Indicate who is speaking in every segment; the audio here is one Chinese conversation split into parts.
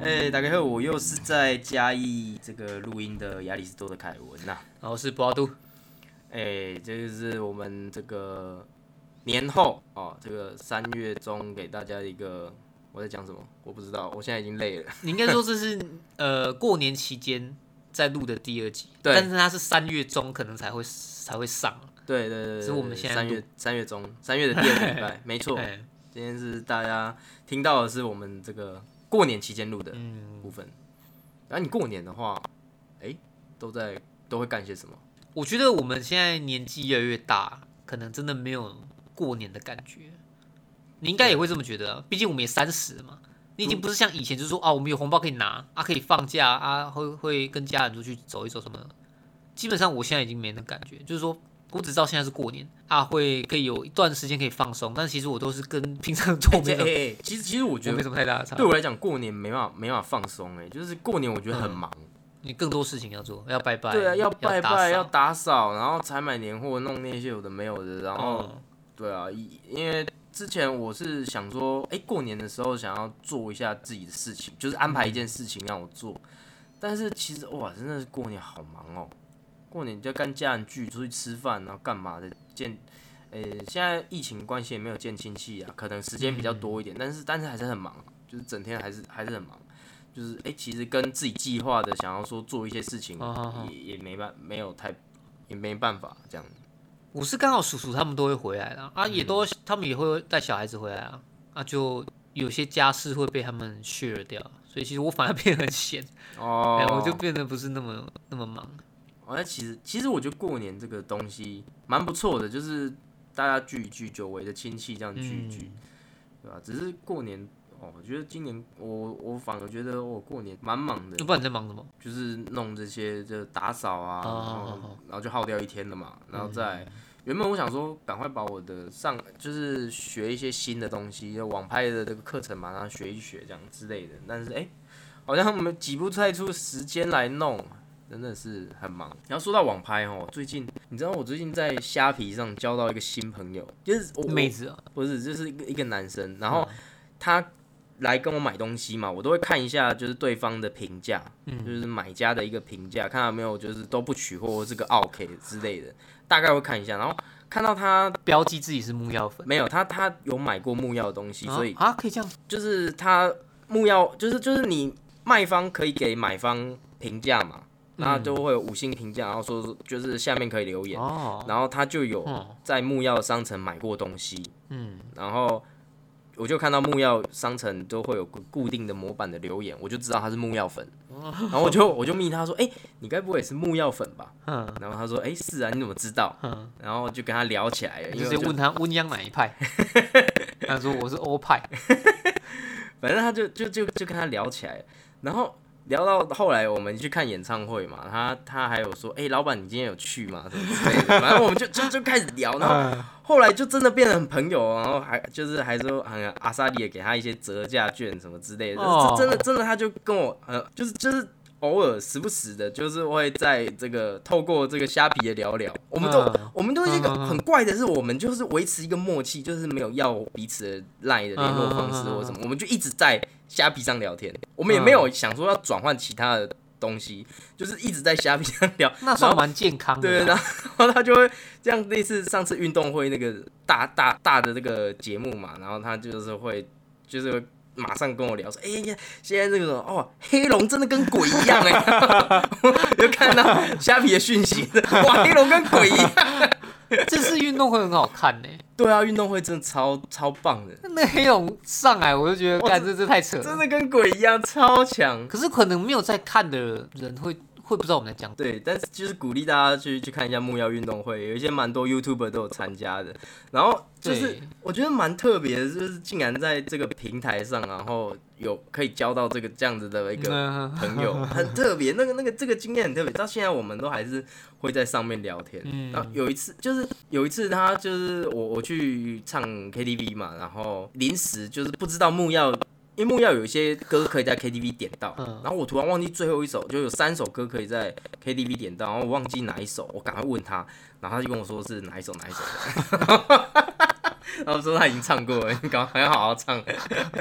Speaker 1: 哎、大家好，我又是在嘉义这个录音的亚里士多的凯文呐、
Speaker 2: 然后是博阿杜，
Speaker 1: 哎、这个是我们这个年后哦，这个三月中给大家一个我在讲什么，我不知道，我现在已经累了。
Speaker 2: 你应该说这是呃过年期间在录的第二集，
Speaker 1: 对
Speaker 2: 但是它是三月中可能才会才会上，
Speaker 1: 对对对对，
Speaker 2: 是我们现在
Speaker 1: 三
Speaker 2: 录
Speaker 1: 月三月中三月的第二个礼拜，没 错，
Speaker 2: 哎
Speaker 1: 今天是大家听到的是我们这个过年期间录的
Speaker 2: 嗯，
Speaker 1: 部分。然后你过年的话，哎、都在都会干些什么？
Speaker 2: 我觉得我们现在年纪越来越大，可能真的没有过年的感觉，你应该也会这么觉得、啊，毕竟我们也三十了嘛。你已经不是像以前，就是说啊，我们有红包可以拿啊，可以放假啊，会会跟家人出去走一走什么的。基本上我现在已经没那感觉，就是说我只知道现在是过年啊，会可以有一段时间可以放松，但其实我都是跟平常做没
Speaker 1: 哎、
Speaker 2: 什么
Speaker 1: 哎其实其实我觉得
Speaker 2: 我没什么太大的差
Speaker 1: 对。我来讲，过年没办法没办法放松哎、就是过年我觉得很忙。
Speaker 2: 你更多事情要做，要拜拜，
Speaker 1: 对啊，要嗯拜拜，要
Speaker 2: 要打扫
Speaker 1: 打扫，然后采买年货，弄那些有的没有的，然后、
Speaker 2: 嗯
Speaker 1: 对啊，以因为之前我是想说，哎、过年的时候想要做一下自己的事情，就是安排一件事情让我做，但是其实哇，真的是过年好忙哦，过年就跟家人聚，出去吃饭，然后干嘛的见。呃，现在疫情关系也没有见亲戚啊，可能时间比较多
Speaker 2: 嗯
Speaker 1: 一点，但是但是还是很忙，就是整天还是还是很忙，就是哎、诶其实跟自己计划的想要说做一些事情，
Speaker 2: 哦好好
Speaker 1: 也也没办没有太也没办法这样。
Speaker 2: 我是刚好叔叔他们都会回来啦，啊，也
Speaker 1: 嗯
Speaker 2: 都他们也会带小孩子回来啊，啊，就有些家事会被他们 share 掉，所以其实我反而变得很闲，
Speaker 1: 哦
Speaker 2: 哎，我就变得不是那么那么忙。
Speaker 1: 哦，那其实其实我觉得过年这个东西蛮不错的，就是大家聚一聚，久违的亲戚这样聚一聚，对吧、只是过年哦，我觉得今年我我反而觉得我过年蛮忙的
Speaker 2: 要，不然你在忙什么？
Speaker 1: 就是弄这些就打扫啊，
Speaker 2: 哦
Speaker 1: 然后
Speaker 2: 好好
Speaker 1: 然后就耗掉一天了嘛，然后再、原本我想说赶快把我的上就是学一些新的东西，就网拍的这个课程嘛，然后学一学这样之类的，但是哎、好像我们挤不太出时间来弄。真的是很忙。然后说到网拍哦，最近你知道我最近在虾皮上交到一个新朋友，就是我
Speaker 2: 妹子啊，
Speaker 1: 不是，就是一个一个男生，然后他来跟我买东西嘛，我都会看一下就是对方的评价，就是买家的一个评价，看有没有就是都不取货或这个 OK 之类的，大概会看一下，然后看到他
Speaker 2: 标记自己是木曜粉，
Speaker 1: 没有，他他有买过木曜的东西，所以
Speaker 2: 啊啊可以这样，
Speaker 1: 就是他木曜就是就是你卖方可以给买方评价嘛，那就会有五星评价，然后说就是下面可以留言，
Speaker 2: 哦，
Speaker 1: 然后他就有
Speaker 2: 嗯
Speaker 1: 在木曜商城买过东西，
Speaker 2: 嗯，
Speaker 1: 然后我就看到木曜商城都会有固固定的模板的留言，我就知道他是木曜粉，
Speaker 2: 哦
Speaker 1: 然后我就我就密他说，哎、你该不会也是木曜粉吧？
Speaker 2: 嗯
Speaker 1: 然后他说，哎、是啊，你怎么知道？
Speaker 2: 嗯，
Speaker 1: 然后就跟他聊起来了，
Speaker 2: 你
Speaker 1: 因为
Speaker 2: 直接
Speaker 1: 我就
Speaker 2: 问他温央哪 一派，他说我是欧派，
Speaker 1: 反正他就就就就跟他聊起来了，然后聊到后来我们去看演唱会嘛，他他还有说，哎、老板你今天有去吗？什么之类的，反正我们就就就开始聊，然后
Speaker 2: 嗯
Speaker 1: 后来就真的变得很朋友，然后还就是还说，嗯，阿萨里也给他一些折价券什么之类的，
Speaker 2: 哦
Speaker 1: 这真的真的他就跟我，呃，就是就是偶尔时不时的，就是会在这个透过这个虾皮的聊聊，我们都、
Speaker 2: 嗯
Speaker 1: 我们都是一个
Speaker 2: 嗯嗯嗯
Speaker 1: 很怪的是，我们就是维持一个默契，就是没有要彼此的赖的联络方式或什么，我们就一直在虾皮上聊天，我们也没有想说要转换其他的东西，就是一直在虾皮上聊，
Speaker 2: 那算蛮健康的
Speaker 1: 对，
Speaker 2: 啦，
Speaker 1: 然后他就会这样，类似上次运动会那个大大大的这个节目嘛，然后他就是会就是会马上跟我聊说，哎、呀，现在这个哦，黑龙真的跟鬼一样哎、 我就看到虾皮的讯息，哇，黑龙跟鬼一样。
Speaker 2: 这次运动会很好看呢。
Speaker 1: 对啊，运动会真的超超棒的，
Speaker 2: 那黑龙上来，我就觉得，
Speaker 1: 哇
Speaker 2: 干这这太扯
Speaker 1: 真
Speaker 2: 了。
Speaker 1: 的跟鬼一样，超强。
Speaker 2: 可是可能没有在看的人会会不知道我们在讲。
Speaker 1: 对，但是就是鼓励大家去去看一下木曜运动会，有一些蛮多 YouTuber 都有参加的。然后就是
Speaker 2: 对
Speaker 1: 我觉得蛮特别的，就是竟然在这个平台上，然后有可以交到这个这样子的一个
Speaker 2: 嗯
Speaker 1: 朋友， 很特别。那个那个这个经验很特别，到现在我们都还是会在上面聊天。
Speaker 2: 嗯
Speaker 1: 然后有一次就是有一次他就是我我去唱 KTV 嘛，然后临时就是不知道木曜。因为木曜有一些歌可以在 KTV 点到，
Speaker 2: 嗯
Speaker 1: 然后我突然忘记最后一首，就有三首歌可以在 KTV 点到，然后我忘记哪一首，我赶快问他，然后他就跟我说是哪一首哪一首， 然后说他已经唱过了，你搞还要好好唱，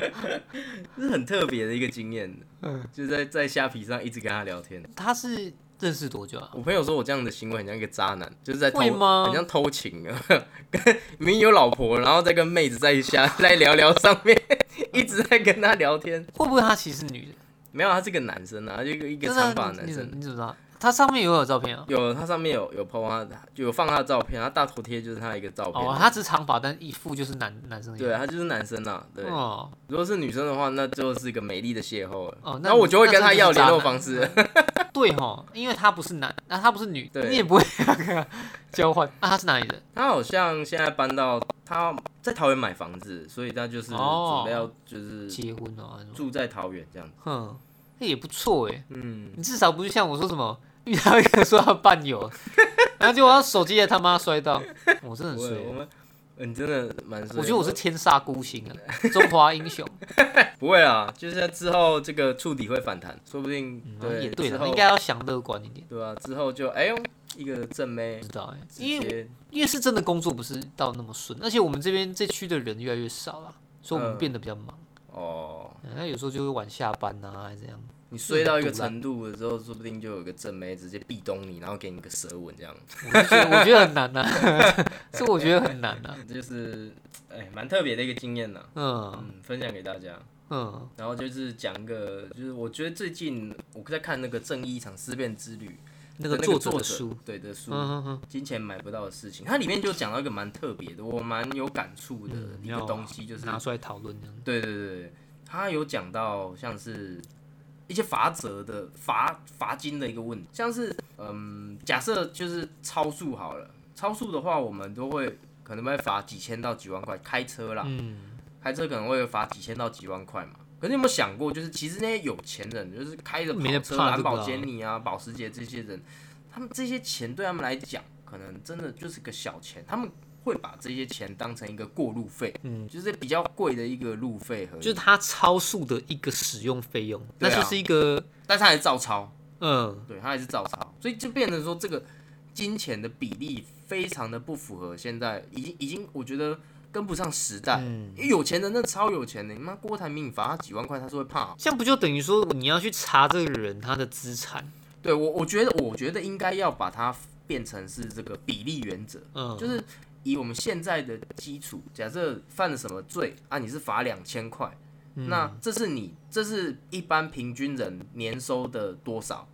Speaker 1: 这是很特别的一个经验。嗯，就在在虾皮上一直跟他聊天。
Speaker 2: 他是认识多久啊？
Speaker 1: 我朋友说我这样的行为很像一个渣男，就是在偷，
Speaker 2: 会吗
Speaker 1: 很像偷情啊，跟明明有老婆，然后再跟妹子在下 在聊聊上面， 一直在跟他聊天。
Speaker 2: 会不会他其实是女的？
Speaker 1: 没有，他是个男生啊，他就一个一个
Speaker 2: 真
Speaker 1: 长
Speaker 2: 的
Speaker 1: 发
Speaker 2: 啊？
Speaker 1: 男
Speaker 2: 你你怎
Speaker 1: 生
Speaker 2: 么。你怎么知道？他上面也有照片啊？
Speaker 1: 有，他上面有有 po 他的，有放他的照片，他大头贴就是他一个照片。啊
Speaker 2: 哦，他只是长发，但一副就是男男生的
Speaker 1: 对
Speaker 2: 样
Speaker 1: 他就是男生啊，对
Speaker 2: 子。。哦
Speaker 1: 如果是女生的话，那就是一个美丽的邂逅了。
Speaker 2: 哦，那
Speaker 1: 然后我就会跟他
Speaker 2: 他
Speaker 1: 要联络方式。
Speaker 2: 对哈，因为他不是男，那、他不是女，
Speaker 1: 对
Speaker 2: 你也不会跟他 交换。啊，他是哪里人？
Speaker 1: 他好像现在搬到他在桃园买房子，所以他就是
Speaker 2: 哦
Speaker 1: 准备要就是
Speaker 2: 结婚哦、还是什么
Speaker 1: 住在桃园这样子。
Speaker 2: 哼，那也不错哎。
Speaker 1: 嗯，
Speaker 2: 你至少不是像我说什么遇到一个说他伴 友，然后结果他手机也他妈摔到，我真的很
Speaker 1: 我我
Speaker 2: 衰。欸
Speaker 1: 们呃你真的蛮衰的，
Speaker 2: 我觉得我是天煞孤星啊，中华英雄。
Speaker 1: 不会啦，就是在之后这个触底会反弹，说不定
Speaker 2: 嗯
Speaker 1: 对
Speaker 2: 也对
Speaker 1: 之
Speaker 2: 了，
Speaker 1: 后
Speaker 2: 应该要想乐观一点。
Speaker 1: 对啊，之后就哎呦一个正妹
Speaker 2: 不，知道哎，
Speaker 1: 直
Speaker 2: 因为
Speaker 1: 接
Speaker 2: 因为是真的工作不是到那么顺，而且我们这边这区的人越来越少了，所以我们
Speaker 1: 嗯
Speaker 2: 变得比较忙。
Speaker 1: 哦。
Speaker 2: 嗯那有时候就会晚下班啊，还是这样。
Speaker 1: 你衰到一个程度的时候，说不定就有个正妹直接壁咚你，然后给你个舌吻，这样
Speaker 2: 我就觉得我觉得很难呐、啊 这我觉得很难呐、啊
Speaker 1: 这就是哎蛮特别的一个经验呐、
Speaker 2: 嗯
Speaker 1: 嗯，分享给大家。
Speaker 2: 嗯，
Speaker 1: 然后就是讲一个，就是我觉得最近我在看那个《正义一场思辨之旅》
Speaker 2: 那
Speaker 1: 的那
Speaker 2: 个作
Speaker 1: 者
Speaker 2: 者
Speaker 1: 的
Speaker 2: 的书，，
Speaker 1: 对的书，
Speaker 2: 嗯嗯嗯，
Speaker 1: 金钱买不到的事情，它里面就讲到一个蛮特别的，我蛮有感触的
Speaker 2: 嗯
Speaker 1: 一个
Speaker 2: 要
Speaker 1: 东西，就是
Speaker 2: 拿出来讨论这样。
Speaker 1: 对对对对，他有讲到像是一些法则的罚罚金的一个问题，像是嗯，假设就是超速好了，超速的话，我们都会可能会罚几千到几万块，开车啦，
Speaker 2: 嗯，
Speaker 1: 开车可能会罚几千到几万块嘛。可是你有没有想过，就是其实那些有钱人，就是开着
Speaker 2: 没得
Speaker 1: 跑车、
Speaker 2: 怕
Speaker 1: 兰
Speaker 2: 这个啊
Speaker 1: 博基尼啊、保时捷这些人，他们这些钱对他们来讲，可能真的就是个小钱，他们会把这些钱当成一个过路费，嗯，就是比较贵的一个路费和，
Speaker 2: 就是它超速的一个使用费用，那
Speaker 1: 对啊
Speaker 2: 就是一个
Speaker 1: 但是他还是照抄，
Speaker 2: 嗯，
Speaker 1: 对他还是照抄，所以就变成说这个金钱的比例非常的不符合现在，已经已经我觉得跟不上时代，因为有钱人那超有钱的，你妈郭台铭你罚他几万块，他是会怕哦、
Speaker 2: 这样不就等于说你要去查这个人他的资产？
Speaker 1: 对我，我觉得，我觉得应该要把它变成是这个比例原则，
Speaker 2: 嗯，
Speaker 1: 就是以我们现在的基础，假设犯了什么罪啊，你是罚两千块，那这是你这是一般平均人年收的多少？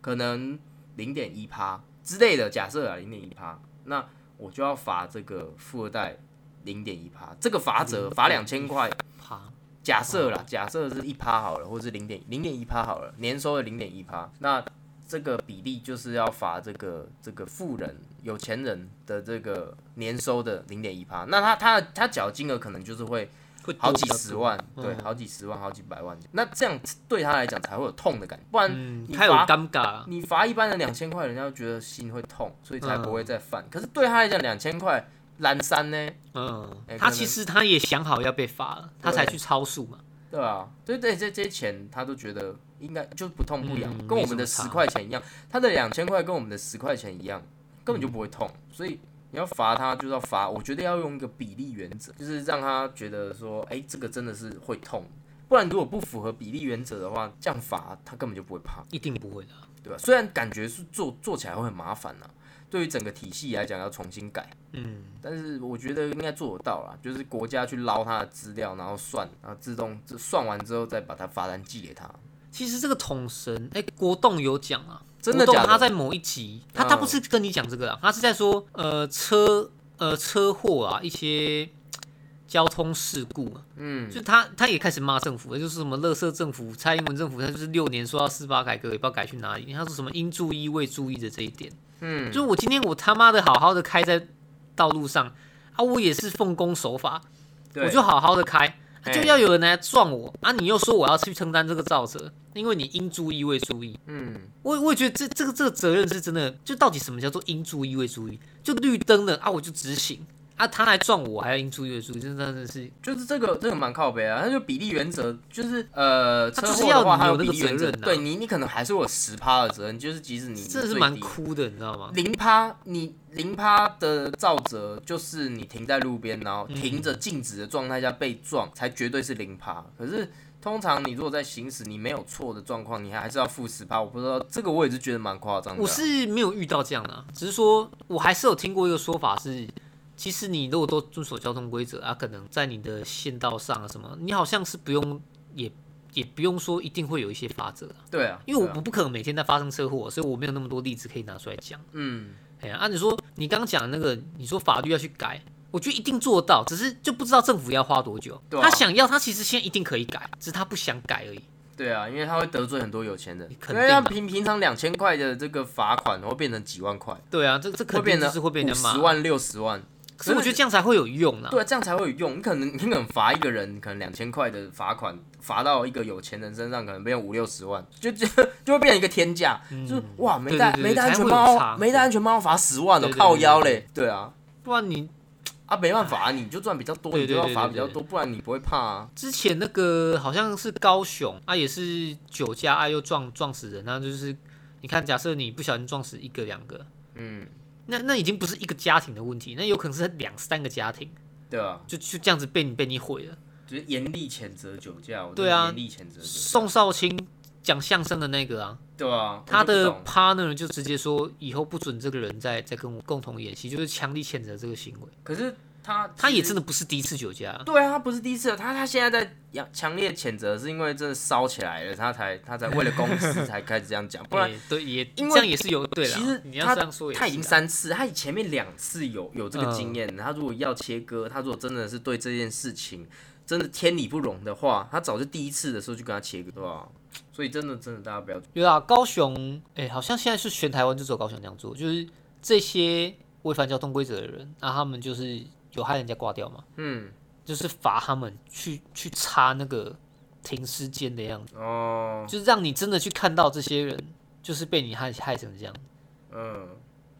Speaker 1: 可能零点一趴之类的，假设啊，零点一趴，那我就要罚这个富二代零点一趴，这个罚则罚两千块，
Speaker 2: 爬
Speaker 1: 假设啦，假设是一趴好了，或是零点零点一趴好了，年收的零点一趴，那这个比例就是要罚这个这个富人、有钱人的这个年收的零点一趴。那他他他缴金额可能就是会
Speaker 2: 会多
Speaker 1: 好几
Speaker 2: 比较
Speaker 1: 十
Speaker 2: 多
Speaker 1: 万，
Speaker 2: 嗯
Speaker 1: 对，好几十万、好几百万。那这样对他来讲才会有痛的感觉，不然
Speaker 2: 嗯，
Speaker 1: 你
Speaker 2: 他有
Speaker 1: 罚
Speaker 2: 尴尬，
Speaker 1: 你罚一般人两千块，人家觉得心会痛，所以
Speaker 2: 嗯
Speaker 1: 才不会再犯。可是对他来讲，两千块蓝山呢，
Speaker 2: 嗯
Speaker 1: 哎，
Speaker 2: 他
Speaker 1: 可能
Speaker 2: 其实他也想好要被罚了，他才
Speaker 1: 对
Speaker 2: 去超速嘛。
Speaker 1: 对啊，所以这这这些钱他都觉得应该就不痛不痒，
Speaker 2: 嗯
Speaker 1: 跟我
Speaker 2: 没什
Speaker 1: 们的
Speaker 2: 么
Speaker 1: 十
Speaker 2: 差
Speaker 1: 块钱一样，他的两千块跟我们的十块钱一样，根本就不会痛。所以你要罚他，就是要罚，我觉得要用一个比例原则，就是让他觉得说，哎、这个真的是会痛。不然，如果不符合比例原则的话，这样罚他根本就不会怕，
Speaker 2: 一定不会的啊，
Speaker 1: 对吧？虽然感觉是做做起来会很麻烦啊，对于整个体系来讲要重新改，
Speaker 2: 嗯，
Speaker 1: 但是我觉得应该做得到啦，就是国家去捞他的资料，然后算，然后自动自算完之后再把他罚单寄给他。
Speaker 2: 其实这个统神，哎、国栋有讲啊，
Speaker 1: 真的
Speaker 2: 国栋
Speaker 1: 假的
Speaker 2: 他在某一集，他
Speaker 1: 嗯
Speaker 2: 他不是跟你讲这个啊，他是在说，呃，车呃车祸啊，一些嘖交通事故嘛，
Speaker 1: 嗯，
Speaker 2: 就他他也开始骂政府了，就是什么乐色政府、蔡英文政府，他就是六年说要司法改革，也不知道改去哪里，他说什么应注意未注意的这一点，
Speaker 1: 嗯，
Speaker 2: 就我今天我他妈的好好的开在道路上啊，我也是奉公守法，
Speaker 1: 对
Speaker 2: 我就好好的开，
Speaker 1: 嘿
Speaker 2: 就要有人来撞我啊！你又说我要去承担这个造责，因为你应注意未注意。
Speaker 1: 嗯，
Speaker 2: 我我也觉得这这个这个责任是真的，就到底什么叫做应注意未注意？就绿灯了啊，我就直行啊，他来撞我还要应出月出，这真的是
Speaker 1: 就是这个这个蛮靠北啊，它就比例原则，就是呃，
Speaker 2: 它
Speaker 1: 车
Speaker 2: 就是
Speaker 1: 祸的话
Speaker 2: 要你
Speaker 1: 它
Speaker 2: 有那
Speaker 1: 比
Speaker 2: 个
Speaker 1: 例原
Speaker 2: 责
Speaker 1: 则，
Speaker 2: 任啊
Speaker 1: 对你你可能还是会有十趴的责任，就是即使你
Speaker 2: 真的是
Speaker 1: 最
Speaker 2: 蛮
Speaker 1: 低
Speaker 2: 哭的，你知道吗？
Speaker 1: 零趴，你零趴的造责就是你停在路边，然后停着静止的状态下被撞，才绝对是零趴。可是通常你如果在行驶你没有错的状况，你还还是要负十趴。我不知道这个，我也是觉得蛮夸张的啊。
Speaker 2: 我是没有遇到这样的啊、只是说我还是有听过一个说法是，其实你如果都遵守交通规则啊，可能在你的县道上啊什么，你好像是不用也也不用说一定会有一些法则啊、
Speaker 1: 对啊，
Speaker 2: 因为我
Speaker 1: 对啊
Speaker 2: 不不可能每天在发生车祸，啊所以我没有那么多例子可以拿出来讲。
Speaker 1: 嗯，
Speaker 2: 哎呀，按、理说你刚刚讲的那个，你说法律要去改，我觉得一定做得到，只是就不知道政府要花多久。
Speaker 1: 对啊
Speaker 2: 他想要，他其实现在一定可以改，只是他不想改而已。
Speaker 1: 对啊，因为他会得罪很多有钱人，
Speaker 2: 肯
Speaker 1: 因
Speaker 2: 定
Speaker 1: 为他
Speaker 2: 的
Speaker 1: 平平常两千块的这个罚款，会变成几万块，
Speaker 2: 对啊，这
Speaker 1: 会
Speaker 2: 这肯
Speaker 1: 变
Speaker 2: 定
Speaker 1: 成
Speaker 2: 就是会被人家
Speaker 1: 十
Speaker 2: 骂。
Speaker 1: 万六十万。
Speaker 2: 可是我觉得这样才会有用啊。
Speaker 1: 对，这样才会有用。你可能你可能罚一个人，可能两千块的罚款，罚到一个有钱人身上，可能变五六十万，就就就会变成一个天价。就是哇，没
Speaker 2: 嗯对
Speaker 1: 戴
Speaker 2: 对
Speaker 1: 没
Speaker 2: 对
Speaker 1: 戴安
Speaker 2: 才
Speaker 1: 全
Speaker 2: 会有
Speaker 1: 帽，
Speaker 2: 差
Speaker 1: 没戴安全帽罚十万哦，
Speaker 2: 对对对
Speaker 1: 靠腰
Speaker 2: 对
Speaker 1: 嘞。对啊，
Speaker 2: 不然你
Speaker 1: 啊没办法啊，你就赚比较多，
Speaker 2: 对
Speaker 1: 你就
Speaker 2: 对
Speaker 1: 要
Speaker 2: 对
Speaker 1: 罚
Speaker 2: 对
Speaker 1: 比较
Speaker 2: 对
Speaker 1: 多，不然你不会怕啊。
Speaker 2: 之前那个好像是高雄啊，也是酒驾啊，又撞撞死人，那就是你看，假设你不小心撞死一个两个，
Speaker 1: 嗯，
Speaker 2: 那那已经不是一个家庭的问题，那有可能是两三个家庭，
Speaker 1: 对啊，
Speaker 2: 就就这样子被你被你毁了。
Speaker 1: 就是严厉谴责酒驾，我真
Speaker 2: 对
Speaker 1: 的
Speaker 2: 啊
Speaker 1: 严厉谴责酒驾。
Speaker 2: 宋少卿讲相声的那个啊，
Speaker 1: 对啊，我就
Speaker 2: 他
Speaker 1: 不
Speaker 2: 的
Speaker 1: 懂
Speaker 2: partner 就直接说以后不准这个人再再跟我共同演戏，就是强力谴责这个行为。
Speaker 1: 可是他
Speaker 2: 他也
Speaker 1: 是。
Speaker 2: 真的不是第一次酒驾啊，
Speaker 1: 对啊，他不是第一次了，他他现在在强强烈谴责，是因为真的烧起来了，他才他才为了公司才开始这样讲， 不然
Speaker 2: 也哎对也
Speaker 1: 因为
Speaker 2: 这样也是有对
Speaker 1: 其实
Speaker 2: 了，你要
Speaker 1: 他
Speaker 2: 这样说也是啊
Speaker 1: 他已经三次，他前面两次有有这个经验，他如果要切割，他如果真的是对这件事情真的天理不容的话，他早就第一次的时候就跟他切割，对吧？所以真的真的大家不要
Speaker 2: 有啦，高雄，哎、好像现在是全台湾就只有高雄这样做，就是这些违反交通规则的人，那、他们就是有害人家挂掉嘛，
Speaker 1: 嗯
Speaker 2: 就是罚他们去去擦那个停尸间的样子，
Speaker 1: 哦
Speaker 2: 就是让你真的去看到这些人就是被你害害成这样，
Speaker 1: 嗯。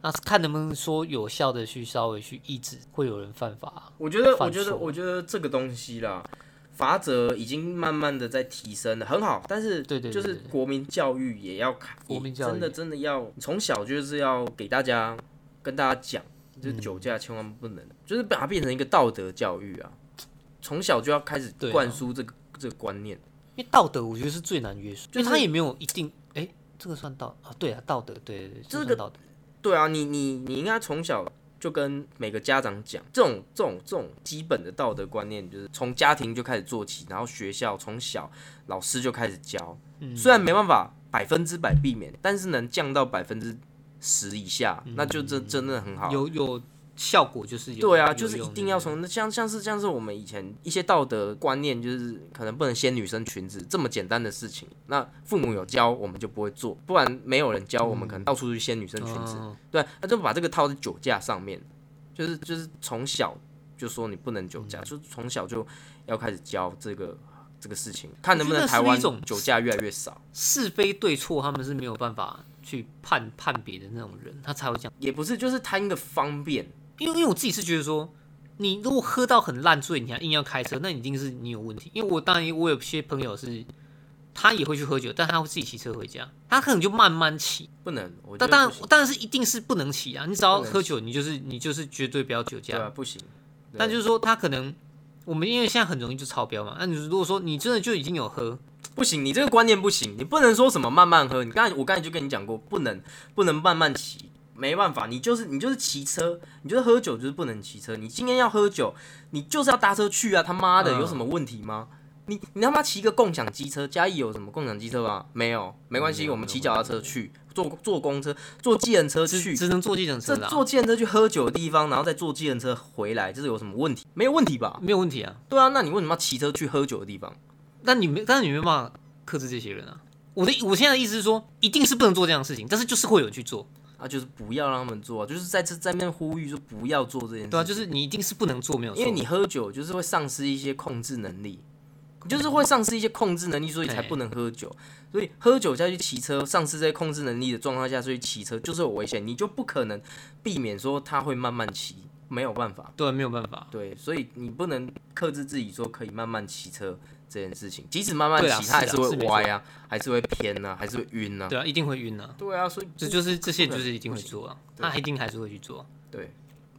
Speaker 2: 那看能不能说有效的去稍微去抑制会有人犯法啊、
Speaker 1: 我觉得，
Speaker 2: 犯
Speaker 1: 我觉得，
Speaker 2: 错
Speaker 1: 我觉得这个东西啦，法则已经慢慢的在提升了，很好。但是，
Speaker 2: 对对对
Speaker 1: 就是
Speaker 2: 对对
Speaker 1: 国民教育也要看，
Speaker 2: 国民教育
Speaker 1: 真的真的要从小就是要给大家跟大家讲，
Speaker 2: 嗯
Speaker 1: 就是酒驾千万不能，就是把它变成一个道德教育啊，从小就要开始
Speaker 2: 对啊
Speaker 1: 灌输这个、这个观念。
Speaker 2: 因为道德我觉得是最难约束，
Speaker 1: 就是
Speaker 2: 因为他也没有一定，哎、这个算道啊，对啊，道德，对对对，
Speaker 1: 这个
Speaker 2: 算道德，
Speaker 1: 对啊，你你你应该从小就跟每个家长讲，这种这种这种基本的道德观念，就是从家庭就开始做起，然后学校从小老师就开始教。虽然没办法百分之百避免，但是能降到百分之十以下，那就真真的很好。啊
Speaker 2: 有有效果就是有，
Speaker 1: 对啊，
Speaker 2: 有
Speaker 1: 就是一
Speaker 2: 用
Speaker 1: 定要从那像像是像是我们以前一些道德观念，就是可能不能掀女生裙子这么简单的事情，那父母有教我们就不会做，不然没有人教我们，可能到处去掀女生裙子。
Speaker 2: 嗯
Speaker 1: 对，啊那就把这个套在酒驾上面，就是就是从小就说你不能酒
Speaker 2: 嗯
Speaker 1: 驾，就从小就要开始教这个这个事情，看能不能
Speaker 2: 我觉得
Speaker 1: 台
Speaker 2: 是
Speaker 1: 湾
Speaker 2: 一种
Speaker 1: 酒驾越来越少，
Speaker 2: 是非对错，他们是没有办法去判判别的那种人，他才会这样。
Speaker 1: 也不是就是贪一个方便，
Speaker 2: 因为因为我自己是觉得说，你如果喝到很烂醉，你还硬要开车，那一定是你有问题。因为我当然我有些朋友是，他也会去喝酒，但他会自己骑车回家，他可能就慢慢骑。
Speaker 1: 不能，我觉
Speaker 2: 但
Speaker 1: 得
Speaker 2: 当
Speaker 1: 不
Speaker 2: 然
Speaker 1: 行
Speaker 2: 当然是一定是不能骑啊！你只要
Speaker 1: 不能
Speaker 2: 喝酒，你就是你就是绝对不要酒驾
Speaker 1: 对。啊，不行，对
Speaker 2: 但就是说，他可能我们因为现在很容易就超标嘛。那你如果说你真的就已经有喝，
Speaker 1: 不行，你这个观念不行，你不能说什么慢慢喝。你刚才我刚才就跟你讲过，不能不能慢慢骑，没办法，你就是你就是骑车，你就是喝酒就是不能骑车。你今天要喝酒，你就是要搭车去啊！他妈的，
Speaker 2: 嗯
Speaker 1: 有什么问题吗？你你他妈骑个共享机车，嘉义有什么共享机车吗？没有，没关
Speaker 2: 没
Speaker 1: 系，
Speaker 2: 有
Speaker 1: 我们骑脚踏车去，坐坐公车，坐计程车去
Speaker 2: 只，只能坐计程车
Speaker 1: 这
Speaker 2: 啦，
Speaker 1: 坐计程车去喝酒的地方，然后再坐计程车回来，这是有什么问题？没有问题吧？
Speaker 2: 没有问题啊。
Speaker 1: 对啊，那你为什么要骑车去喝酒的地方？
Speaker 2: 但你没，但是你没办法克制这些人啊。我的我现在的意思是说，一定是不能做这样的事情，但是就是会有人去做，
Speaker 1: 啊，就是不要让他们做、啊，就是在这在那边呼吁说不要做这件事情。
Speaker 2: 对啊，就是你一定是不能做，没有错，
Speaker 1: 因为你喝酒就是会丧失一些控制能力，你就是会丧失一些控制能力，所以才
Speaker 2: 嘿
Speaker 1: 不能喝酒。所以喝酒再去骑车，丧失这些控制能力的状况下，所以骑车就是有危险，你就不可能避免说他会慢慢骑。没有办法。
Speaker 2: 对，没有办法。
Speaker 1: 对，所以你不能克制自己说可以慢慢骑车这件事情，即使慢慢
Speaker 2: 对啊
Speaker 1: 骑，
Speaker 2: 是
Speaker 1: 它还
Speaker 2: 啊
Speaker 1: 是会
Speaker 2: 是没错
Speaker 1: 歪啊，还是会偏啊，还是会晕啊。
Speaker 2: 对啊，一定会晕啊。
Speaker 1: 对啊，所以
Speaker 2: 这
Speaker 1: 这
Speaker 2: 就是这些，
Speaker 1: 不
Speaker 2: 就
Speaker 1: 能
Speaker 2: 是一定
Speaker 1: 不
Speaker 2: 会
Speaker 1: 行
Speaker 2: 做啊，
Speaker 1: 对
Speaker 2: 他一定还是会去做啊。
Speaker 1: 对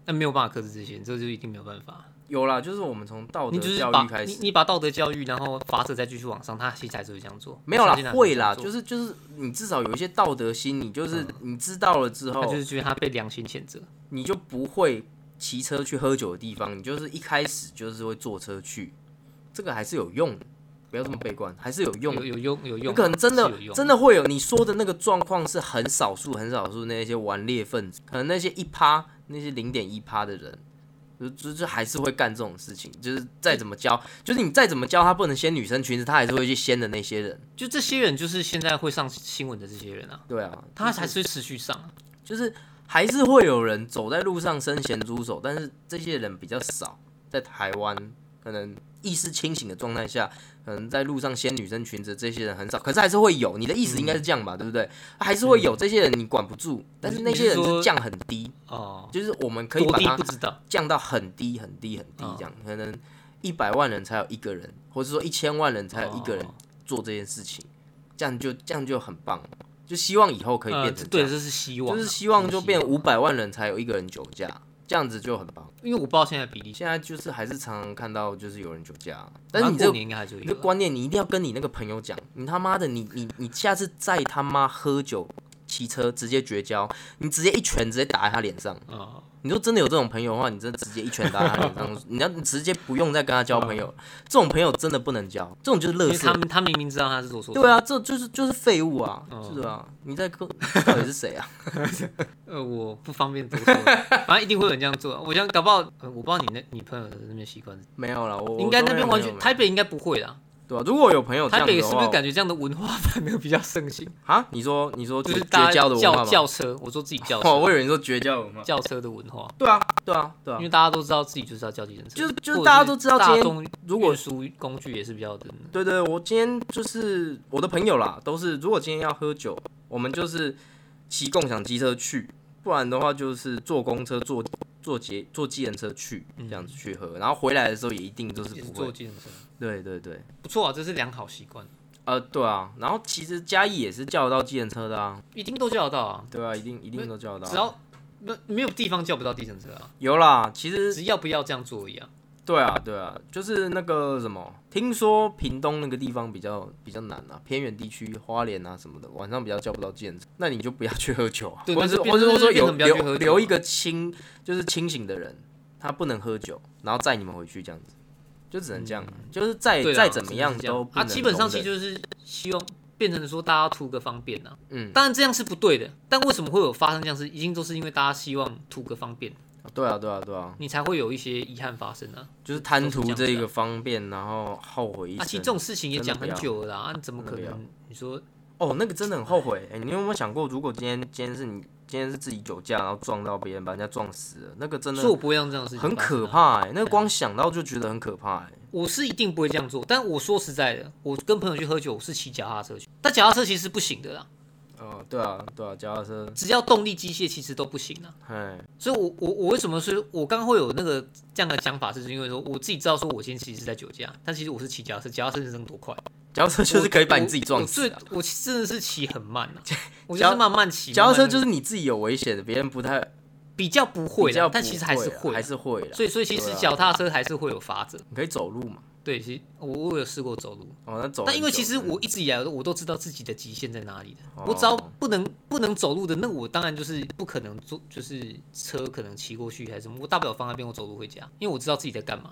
Speaker 2: 但没有办法克制这些，这就一定没有办法。
Speaker 1: 有啦，就是我们从道德
Speaker 2: 你就是
Speaker 1: 教
Speaker 2: 把
Speaker 1: 育开
Speaker 2: 你
Speaker 1: 始，
Speaker 2: 你把道德教育，然后法则再继续往上，他其实还是会这样做。
Speaker 1: 没有啦，会啦，
Speaker 2: 啦，
Speaker 1: 就是是就是你至少有一些道德心，你就是你知道了之
Speaker 2: 他
Speaker 1: 后
Speaker 2: 嗯就，是觉得他被良心谴责。
Speaker 1: 你就不会骑车去喝酒的地方，你就是一开始就是会坐车去，这个还是有用的，不要这么悲观，还是有用的
Speaker 2: 有。有用有
Speaker 1: 有
Speaker 2: 用，
Speaker 1: 可能真的
Speaker 2: 是有用
Speaker 1: 真的会有你说的那个状况是很少数很少数那些顽劣分子，可能那些一趴那些零点一趴的人，就就就还是会干这种事情，就是再怎么教，就是你再怎么教他不能掀女生裙子，他还是会去掀的那些人。
Speaker 2: 就这些人就是现在会上新闻的这些人啊，
Speaker 1: 对啊，
Speaker 2: 他还是会持续上啊。
Speaker 1: 就是还是会有人走在路上伸咸猪手，但是这些人比较少，在台湾可能意识清醒的状态下，可能在路上掀女生裙子，这些人很少，可是还是会有。你的意思应该是这样吧，对不对？还是会有这些人，你管不住，但是那些人
Speaker 2: 嗯你是
Speaker 1: 是
Speaker 2: 说
Speaker 1: 降很低，
Speaker 2: 哦，
Speaker 1: 就是我们可以
Speaker 2: 多
Speaker 1: 把
Speaker 2: 低
Speaker 1: 它
Speaker 2: 不知嗯道，
Speaker 1: 降到很低很低很低，这样可能一百万人才有一个人，或者说一千万人才有一个人
Speaker 2: 哦
Speaker 1: 做这件事情，这样就这样就很棒了，就希望以后可以
Speaker 2: 呃，
Speaker 1: 变
Speaker 2: 这
Speaker 1: 成这
Speaker 2: 对，
Speaker 1: 样
Speaker 2: 这。是希望啊，
Speaker 1: 就是希望就变
Speaker 2: 这是希
Speaker 1: 五百万人才有一个人酒驾，这样子就很棒。
Speaker 2: 望，因为我不知道现在的比例
Speaker 1: 你，现在就是还是常常看到就是有人酒驾，但
Speaker 2: 但
Speaker 1: 是
Speaker 2: 是
Speaker 1: 你这个
Speaker 2: 你过年应该还是有
Speaker 1: 你
Speaker 2: 一个
Speaker 1: 这观念，你一定要跟你那个朋友讲，你他妈的，你你你下次再他妈喝酒骑车直接绝交，你直接一拳直接打在他脸上。
Speaker 2: 啊，
Speaker 1: 你说真的有这种朋友的话，你真的直接一拳打在他脸 上，你要你直接不用再跟他交朋友，这种朋友真的不能交，这种就是
Speaker 2: 因
Speaker 1: 乐
Speaker 2: 为
Speaker 1: 色
Speaker 2: 他。们他明明知道他是做错，
Speaker 1: 对，啊，这就是就是废物啊，
Speaker 2: 哦
Speaker 1: 是啊，你在跟到底是谁啊？
Speaker 2: 呃，我不方便多说， 反正一定会有人这样做啊。我想搞不好，呃我不知道你那你朋友的那边习惯，
Speaker 1: 没有了，我
Speaker 2: 应该那边完
Speaker 1: 没有没有
Speaker 2: 全
Speaker 1: 没有
Speaker 2: 台北应该不会啦，
Speaker 1: 对啊，如果有朋友这
Speaker 2: 台
Speaker 1: 样子
Speaker 2: 北
Speaker 1: 的
Speaker 2: 是
Speaker 1: 话，
Speaker 2: 不是感觉这样的文化 反而比较盛行？
Speaker 1: 啊？你说你说
Speaker 2: 就是
Speaker 1: 绝
Speaker 2: 大
Speaker 1: 绝
Speaker 2: 家
Speaker 1: 交的文化
Speaker 2: 叫
Speaker 1: 吗？
Speaker 2: 叫车，我说自己叫
Speaker 1: 哦，
Speaker 2: 车，
Speaker 1: 我以为你说绝交的文化。
Speaker 2: 叫车的文化。
Speaker 1: 对啊，对啊，对啊
Speaker 2: 因为。大家都知道自己就是要叫计程车，
Speaker 1: 就是就是
Speaker 2: 或者
Speaker 1: 大家都知道今
Speaker 2: 大
Speaker 1: 天
Speaker 2: 众
Speaker 1: 如果
Speaker 2: 运输工具也是比较的，
Speaker 1: 对对，我今天就是我的朋友啦，都是如果今天要喝酒，我们就是骑共享机车去，不然的话就是坐公车、坐坐捷、坐计程车去，这样子去喝，然后回来的时候也一定就是
Speaker 2: 嗯也是
Speaker 1: 不
Speaker 2: 坐
Speaker 1: 会。
Speaker 2: 计程车，
Speaker 1: 对对对，
Speaker 2: 不错啊，这是良好习惯，
Speaker 1: 呃，对啊，然后其实嘉义也是叫得到计程车的啊，
Speaker 2: 一定都叫得到啊，
Speaker 1: 对啊，一定一定都叫得
Speaker 2: 只
Speaker 1: 到啊。
Speaker 2: 要那没有地方叫不到计程车啊，
Speaker 1: 有啦，其实
Speaker 2: 只要不要这样做一样。
Speaker 1: 对啊，对啊，就是那个什么，听说屏东那个地方比较比较难啊，偏远地区，花莲啊什么的，晚上比较叫不到见，那你就不要去喝酒啊，
Speaker 2: 对
Speaker 1: 或者是
Speaker 2: 那就变
Speaker 1: 或者是说
Speaker 2: 那就变
Speaker 1: 有
Speaker 2: 成不要去喝
Speaker 1: 留
Speaker 2: 酒
Speaker 1: 留一
Speaker 2: 啊
Speaker 1: 个清就是清醒的人，他不能喝酒，然后载你们回去这样子，就只能这样啊，就是再
Speaker 2: 嗯对啦
Speaker 1: 再怎么
Speaker 2: 只能
Speaker 1: 样
Speaker 2: 是这
Speaker 1: 都不
Speaker 2: 啊，
Speaker 1: 能
Speaker 2: 基本
Speaker 1: 容
Speaker 2: 上其实
Speaker 1: 忍
Speaker 2: 就是希望变成说大家图个方便啊。
Speaker 1: 嗯，
Speaker 2: 当然这样是不对的，但为什么会有发生这样事，一定都是因为大家希望图个方便，
Speaker 1: 对啊，对啊，对啊，
Speaker 2: 你才会有一些遗憾发生啊。
Speaker 1: 就是贪
Speaker 2: 都是
Speaker 1: 图
Speaker 2: 这样
Speaker 1: 这
Speaker 2: 子啊
Speaker 1: 个方便，然后后悔一
Speaker 2: 啊，其实
Speaker 1: 生
Speaker 2: 这。种事情也
Speaker 1: 真的
Speaker 2: 讲
Speaker 1: 不
Speaker 2: 很
Speaker 1: 要
Speaker 2: 久了啦，啊，你怎么可
Speaker 1: 真的不
Speaker 2: 能？你说
Speaker 1: 哦，那个真的很后悔。哎、你有没有想过，如果今天今天是你今天是自己酒驾，然后撞到别人，把人家撞死了，那个真的
Speaker 2: 所以我不会让这样的事情
Speaker 1: 很
Speaker 2: 发生
Speaker 1: 可
Speaker 2: 啊
Speaker 1: 怕哎、那个光想到就觉得很可怕哎、
Speaker 2: 我是一定不会这样做，但我说实在的，我跟朋友去喝酒，我是骑脚踏车去，但脚踏车其实是不行的啦，
Speaker 1: 哦，对啊，对啊，脚踏车，
Speaker 2: 只要动力机械其实都不行啦。啊
Speaker 1: 哎，
Speaker 2: 所以我，我我为什么是我刚刚会有那个这样的想法，是因为说我自己知道说我今天其实是在酒驾，但其实我是骑脚踏车，脚踏车能多快？
Speaker 1: 脚踏车 就是可以把你自己撞
Speaker 2: 我
Speaker 1: 死、啊。
Speaker 2: 最我真的是骑很慢 啊，我就是慢慢骑。
Speaker 1: 脚踏车就是是你自己有危险的，别人不太
Speaker 2: 比较不会
Speaker 1: 比较
Speaker 2: 啦
Speaker 1: 不，
Speaker 2: 但其实还
Speaker 1: 会
Speaker 2: 是会
Speaker 1: 啊，
Speaker 2: 啦，
Speaker 1: 还是会啦。
Speaker 2: 所以所以其实
Speaker 1: 对啊
Speaker 2: 脚踏车还是会有法则。
Speaker 1: 你可以走路嘛？
Speaker 2: 对，其实我我有试过走路，
Speaker 1: 哦，那走很久。
Speaker 2: 但因为其实我一直以来我都知道自己的极限在哪里的，
Speaker 1: 哦
Speaker 2: 我只要不能不能走路的，那我当然就是不可能坐，就是车可能骑过去还是什么，我大不了放那边我走路回家，因为我知道自己在干嘛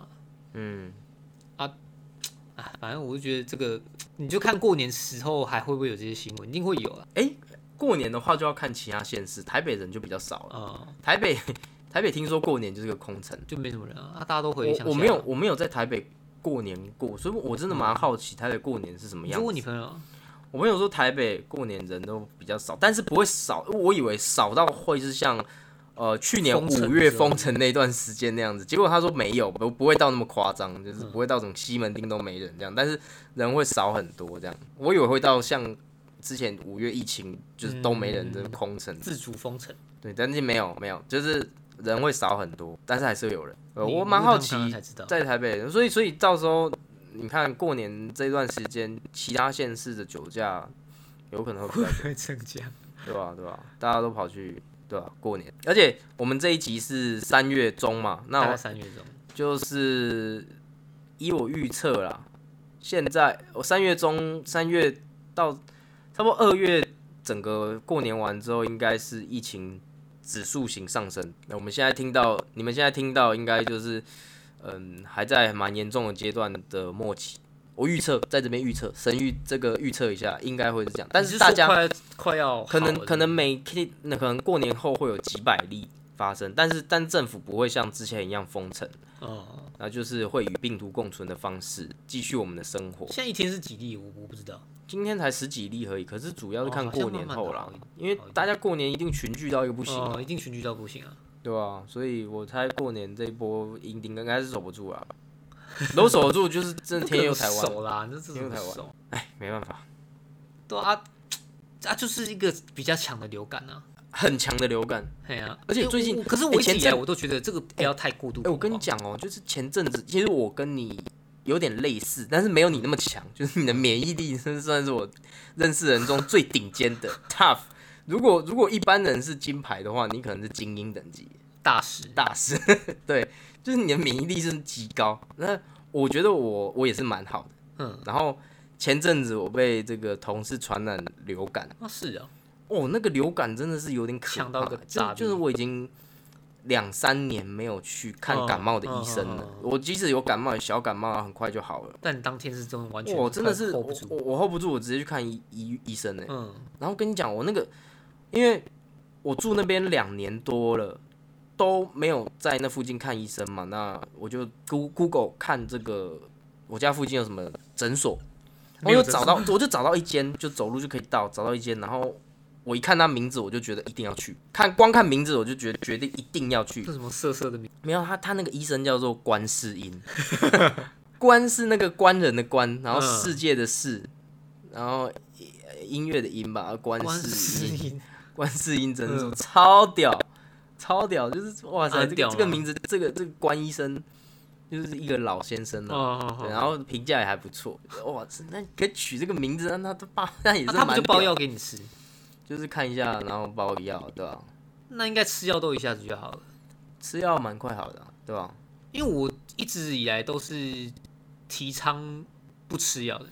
Speaker 1: 嗯，
Speaker 2: 啊。反正我就觉得这个，你就看过年时候还会不会有这些新闻，一定会有啊。
Speaker 1: 哎、过年的话就要看其他县市，台北人就比较少了。
Speaker 2: 啊、
Speaker 1: 台北 台北听说过年就是个空城。
Speaker 2: 就没什么人啊，啊大家都回乡
Speaker 1: 我
Speaker 2: 下
Speaker 1: 我没有。我没有在台北过年过，所以我真的蛮好奇台北过年是什么
Speaker 2: 你
Speaker 1: 样
Speaker 2: 就
Speaker 1: 子。
Speaker 2: 问你朋友啊，
Speaker 1: 我朋友说台北过年人都比较少，但是不会少，我以为少到会是像呃去年
Speaker 2: 封城的
Speaker 1: 五月
Speaker 2: 时候
Speaker 1: 封城那段时间那样子，结果他说没有，不不会到那么夸张，就是
Speaker 2: 嗯
Speaker 1: 不会到什么西门町都没人这样，但是人会少很多这样。我以为会到像之前
Speaker 2: 嗯
Speaker 1: 五月疫情就是都没人的空城，
Speaker 2: 自主封城，
Speaker 1: 对，但是没有没有，就是人会少很多，但是还是会有人。呃，
Speaker 2: 你
Speaker 1: 我
Speaker 2: 你
Speaker 1: 蛮
Speaker 2: 问
Speaker 1: 好
Speaker 2: 他们
Speaker 1: 奇
Speaker 2: 刚刚才知道
Speaker 1: 在台北，所以所以到时候你看过年这段时间，其他县市的酒驾有可能会比较
Speaker 2: 会不会增 加？
Speaker 1: 对吧、对吧、大家都跑去对吧、过年，而且我们这一集是三月中嘛，那
Speaker 2: 大概
Speaker 1: 我
Speaker 2: 三月中，
Speaker 1: 就是依我预测啦，现在我三月中三月到差不多二月，整个过年完之后，应该是疫情指数型上升。那我们现在听到，你们现在听到，应该就是嗯还在蛮严重的阶段的末期。我预测在这边预测，神预这个预测一下，应该会是这样。但
Speaker 2: 你
Speaker 1: 是
Speaker 2: 是
Speaker 1: 大
Speaker 2: 说
Speaker 1: 家
Speaker 2: 快快要
Speaker 1: 可能
Speaker 2: 好了
Speaker 1: 可能每天那可能过年后会有几百例发生，但是但政府不会像之前一样封城，
Speaker 2: 哦，
Speaker 1: 那就是会与病毒共存的方式继续我们的生活。
Speaker 2: 现在一天是几例？我我不知道。
Speaker 1: 今天才十几例而已，可是主要是
Speaker 2: 哦
Speaker 1: 看
Speaker 2: 好像
Speaker 1: 过年
Speaker 2: 慢慢
Speaker 1: 后
Speaker 2: 好
Speaker 1: 啦
Speaker 2: 一，
Speaker 1: 因为
Speaker 2: 好一
Speaker 1: 大家过年一定群聚到一个不行，
Speaker 2: 哦哦，一定群聚到不行啊！
Speaker 1: 对吧、所以我猜过年这一波一定应该是守不住啊，如果守得住就是真的
Speaker 2: 不
Speaker 1: 天
Speaker 2: 可
Speaker 1: 佑
Speaker 2: 能
Speaker 1: 台湾，
Speaker 2: 守啦，这
Speaker 1: 天
Speaker 2: 是怎
Speaker 1: 佑
Speaker 2: 么
Speaker 1: 台湾
Speaker 2: 守？
Speaker 1: 哎，没办法，
Speaker 2: 对啊，啊就是一个比较强的流感啊。
Speaker 1: 很强的流感。
Speaker 2: 哎呀，
Speaker 1: 而且
Speaker 2: 因为
Speaker 1: 最近
Speaker 2: 我可是
Speaker 1: 哎
Speaker 2: 我一直
Speaker 1: 前
Speaker 2: 以来
Speaker 1: 阵
Speaker 2: 我都觉得这个不要太过度
Speaker 1: 哎、
Speaker 2: 恐慌。
Speaker 1: 我跟你讲哦、就是前阵子，其实我跟你有点类似，但是没有你那么强，就是你的免疫力真是算是我认识人中最顶尖的 tough。如果如果一般人是金牌的话，你可能是精英等级
Speaker 2: 大师，
Speaker 1: 大师， 对，就是你的免疫力是极高。那我觉得我我也是蛮好的。
Speaker 2: 嗯，
Speaker 1: 然后前阵子我被这个同事传染流感，
Speaker 2: 啊是啊，
Speaker 1: 哦，那个流感真的是有点可
Speaker 2: 呛到
Speaker 1: 怕
Speaker 2: 一个
Speaker 1: 就
Speaker 2: 炸
Speaker 1: 就是
Speaker 2: 裂
Speaker 1: 我已经两三年没有去看
Speaker 2: 嗯
Speaker 1: 感冒的医
Speaker 2: 嗯
Speaker 1: 生
Speaker 2: 嗯
Speaker 1: 了。
Speaker 2: 嗯
Speaker 1: 我即使有感冒，小感冒很快就好了。
Speaker 2: 但当天是真的完全
Speaker 1: 我真的是
Speaker 2: hold
Speaker 1: 我
Speaker 2: 不住。
Speaker 1: 我我 hold 不住，我直接去看医医医生呢、欸
Speaker 2: 嗯，
Speaker 1: 然后跟你讲，我那个因为我住那边两年多了，都没有在那附近看医生嘛，那我就 Go Google 看这个我家附近有什么诊所，我
Speaker 2: 没有
Speaker 1: 有
Speaker 2: 诊
Speaker 1: 找到，我就找到一间，就走路就可以到，找到一间，然后我一看他名字，我就觉得一定要去，看光看名字我就觉得决定一定要去
Speaker 2: 这，什么色色的名，
Speaker 1: 没有他他那个医生叫做观世音， 观是那个官人的官，然后
Speaker 2: 嗯
Speaker 1: 世界的世，然后呃音乐的音吧，观
Speaker 2: 观
Speaker 1: 世
Speaker 2: 世
Speaker 1: 音，
Speaker 2: 音，
Speaker 1: 观世音诊所、
Speaker 2: 嗯
Speaker 1: 超屌，超屌，就是哇塞，
Speaker 2: 啊
Speaker 1: 这个
Speaker 2: 屌
Speaker 1: 这个
Speaker 2: 吗
Speaker 1: 名字，这个这个关医生就是一个老先生啊。
Speaker 2: 哦哦
Speaker 1: 对，然
Speaker 2: 哦，
Speaker 1: 后评价也还不错，哇，那你可以取这个名字，那他他爸那也是
Speaker 2: 啊
Speaker 1: 蛮、
Speaker 2: 他不就包，药给你吃？
Speaker 1: 就是看一下，然后包药，对吧、
Speaker 2: 那应该吃药都一下子就好了。
Speaker 1: 吃药蛮快好的啊、对吧、
Speaker 2: 因为我一直以来都是提倡不吃药的，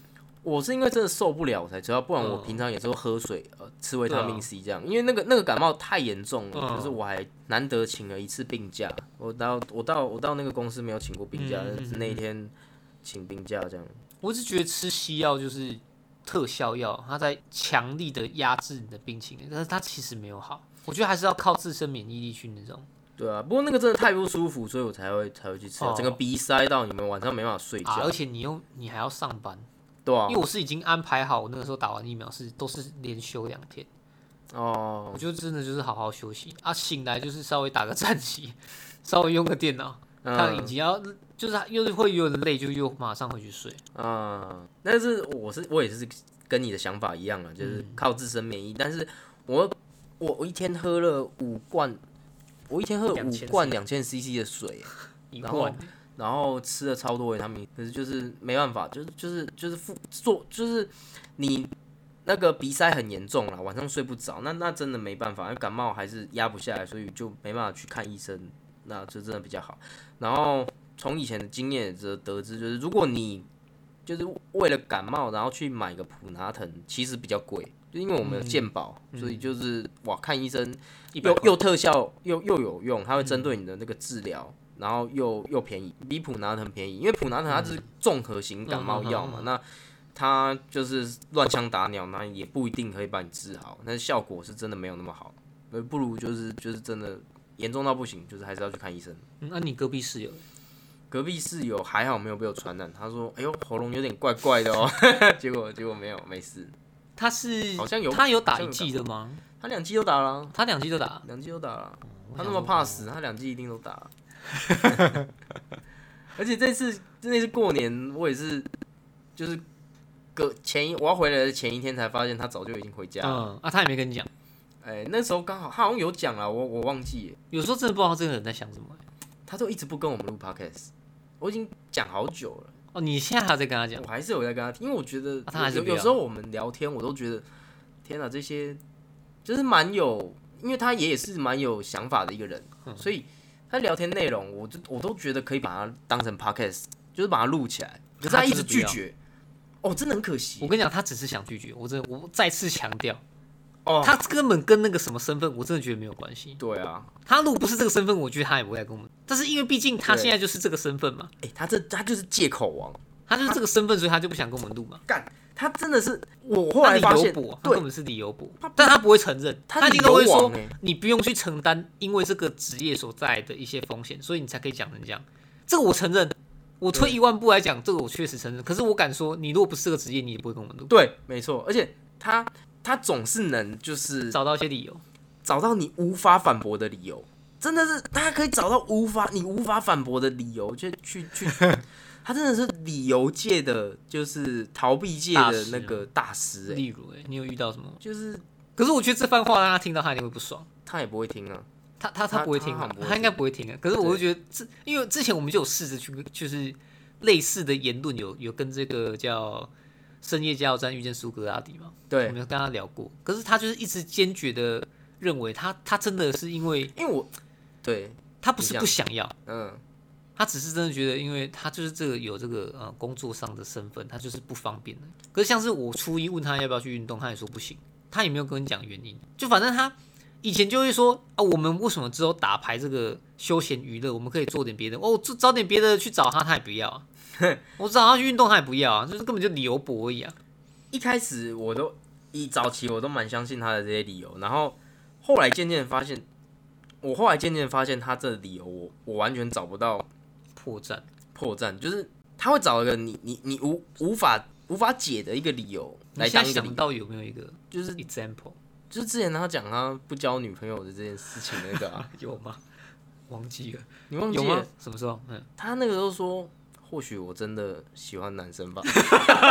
Speaker 1: 我是因为真的受不了我才知道，不然我
Speaker 2: 嗯
Speaker 1: 平常也是会喝水，呃，吃维他
Speaker 2: 对
Speaker 1: 命
Speaker 2: 啊
Speaker 1: C 这样，因为那个那个感冒太严重了，
Speaker 2: 嗯
Speaker 1: 可是我还难得请了一次病假，我到我到我到那个公司没有请过病假，
Speaker 2: 嗯
Speaker 1: 但是那一天请病假这样，
Speaker 2: 我只觉得吃西药就是特效药，它在强力的压制你的病情，但是它其实没有好。我觉得还是要靠自身免疫力去那种
Speaker 1: 对啊，不过那个真的太不舒服，所以我才会才会去吃啊，
Speaker 2: 哦
Speaker 1: 整个鼻塞到你们晚上没办法睡
Speaker 2: 啊，
Speaker 1: 觉
Speaker 2: 而，且你又你还要上班，
Speaker 1: 对啊
Speaker 2: 因为，我是已经安排好，我那个时候打完疫苗是都是连休两天，
Speaker 1: 哦
Speaker 2: 我，就真的就是好好休息啊，醒来就是稍微打个战棋，稍微用个电脑，看影
Speaker 1: 嗯
Speaker 2: 集，然后就是又是会有点累，就又马上回去睡。
Speaker 1: 嗯，但是我是我也是跟你的想法一样啊，就是靠自身免疫，但是我我我一天喝了五罐，我一天喝了五
Speaker 2: 2000
Speaker 1: 罐两千 CC 的水，啊
Speaker 2: 一
Speaker 1: 然后
Speaker 2: 罐
Speaker 1: 然后吃了超多维他命，可是就是没办法，就是就是就是负做就是你那个鼻塞很严重了，晚上睡不着，那那真的没办法，因为感冒还是压不下来，所以就没办法去看医生，那就真的比较好。然后从以前的经验也得得知，就是如果你就是为了感冒，然后去买个普拿疼，其实比较贵，就因为我们有健保，所以就是哇，看医生
Speaker 2: 一百
Speaker 1: 又
Speaker 2: 块嗯
Speaker 1: 又特效又又有用，它会针对你的那个治疗，然后又又便宜，比普拿疼便宜，因为普拿疼它
Speaker 2: 嗯
Speaker 1: 是综合型感冒药嘛，那它就是乱枪打鸟，那也不一定可以把你治好，那效果是真的没有那么好，那不如就是就是真的严重到不行，就是还是要去看医生。
Speaker 2: 嗯那、你隔壁室友
Speaker 1: 隔壁室友还好没有被我传染，他说：“哎呦，喉咙有点怪怪的哦。” 结果结果没有，没事。
Speaker 2: 他是
Speaker 1: 好像有
Speaker 2: 他有打
Speaker 1: 好像
Speaker 2: 一
Speaker 1: 有
Speaker 2: 剂的吗？
Speaker 1: 他两剂都打了啊，
Speaker 2: 他两剂都打，
Speaker 1: 两剂都打了。
Speaker 2: 嗯我
Speaker 1: 他
Speaker 2: 想
Speaker 1: 那么
Speaker 2: 说
Speaker 1: 怕死，他两季一定都打。 而且这次那次过年，我也是，就是隔前一我要回来的前一天才发现他早就已经回家了。
Speaker 2: 嗯嗯啊，他也没跟你讲，
Speaker 1: 哎、那时候刚好他好像有讲了，我我忘记耶，
Speaker 2: 有时候真的不知道这个人在想什么。
Speaker 1: 他都一直不跟我们录 podcast，我已经讲好久了。
Speaker 2: 哦，你现在还在跟他讲？
Speaker 1: 我还是有在跟他听，因为我觉得
Speaker 2: 啊他还是
Speaker 1: 有
Speaker 2: 不要
Speaker 1: 有时候我们聊天，我都觉得天哪，这些就是蛮有，因为他也是蛮有想法的一个人，
Speaker 2: 嗯
Speaker 1: 所以他聊天内容，我就我都觉得可以把它当成 podcast，就是把它录起来。可是他一直拒
Speaker 2: 他真
Speaker 1: 绝，哦，真的很可
Speaker 2: 我
Speaker 1: 惜
Speaker 2: 跟你讲，他只是想拒绝。我真的，我再次强调，
Speaker 1: 哦。
Speaker 2: 他根本跟那个什么身份，我真的觉得没有关系。
Speaker 1: 对啊，
Speaker 2: 他如果不是这个身份，我觉得他也不会来跟我们。但是因为毕竟他现在就是这个身份嘛，
Speaker 1: 哎、他这他就是借口王，
Speaker 2: 他就是这个身份，所以他就不想跟我们录嘛。
Speaker 1: 干，他真的是我后
Speaker 2: 他
Speaker 1: 来
Speaker 2: 理
Speaker 1: 发
Speaker 2: 由
Speaker 1: 现，
Speaker 2: 啊博，他
Speaker 1: 对
Speaker 2: 根，本是理由博，但他不会承认，
Speaker 1: 他
Speaker 2: 他一定
Speaker 1: 理由
Speaker 2: 都会说
Speaker 1: 王欸
Speaker 2: 你不用去承担因为这个职业所在的一些风险，所以你才可以讲成这样。这个我承认，我退一万步来讲，这个我确实承认。可是我敢说，你如果不是这个职业，你也不会跟我们录，
Speaker 1: 对，没错，而且他他总是能就是
Speaker 2: 找到一些理由。
Speaker 1: 找到你无法反驳的理由，真的是他可以找到无法你无法反驳的理由，就去 去，他真的是理由界的，就是逃避界
Speaker 2: 大
Speaker 1: 的
Speaker 2: 师
Speaker 1: 那个大师、欸，
Speaker 2: 例如、欸，你有遇到什么？
Speaker 1: 就是
Speaker 2: 可是我觉得这番话让他听到，他一定会不爽。
Speaker 1: 他也不会听啊，
Speaker 2: 他他
Speaker 1: 他
Speaker 2: 他不会听
Speaker 1: 他
Speaker 2: 吧
Speaker 1: 很不会？
Speaker 2: 他应该不会听啊。可是我
Speaker 1: 对
Speaker 2: 会觉得这，因为之前我们就有试着去跟，就是类似的言论有有跟这个叫深夜加油站遇见苏格拉底嘛，我
Speaker 1: 对
Speaker 2: 们，有跟他聊过。可是他就是一直坚决的认为他他真的是因为
Speaker 1: 因为我对，
Speaker 2: 他不是
Speaker 1: 你
Speaker 2: 不想要，
Speaker 1: 嗯，
Speaker 2: 他只是真的觉得，因为他就是这个有这个呃工作上的身份，他就是不方便的。可是像是我初一问他要不要去运动，他也说不行，他也没有跟你讲原因。就反正他以前就会说啊，我们为什么只有打牌这个休闲娱乐，我们可以做点别的哦，就找点别的去找他，他也不 要、啊。我找他去运动，他也不要啊，就是根本就理由博弈啊。
Speaker 1: 一开始我都一早期我都蛮相信他的这些理由，然后后来渐渐发现，我后来渐渐发现他这理由我我完全找不到
Speaker 2: 破绽，
Speaker 1: 破绽，就是他会找一个你你你无无法无法解的一个理由
Speaker 2: 你
Speaker 1: 来
Speaker 2: 现在
Speaker 1: 当一个理
Speaker 2: 想
Speaker 1: 由，
Speaker 2: 到有没有一个
Speaker 1: 就是
Speaker 2: example
Speaker 1: 就是之前他讲他不交女朋友的这件事情那个、 啊，
Speaker 2: 有吗？忘记了，
Speaker 1: 你忘记
Speaker 2: 有吗
Speaker 1: 了？？
Speaker 2: 什么时候？嗯。
Speaker 1: 他那个时候说，或许我真的喜欢男生吧。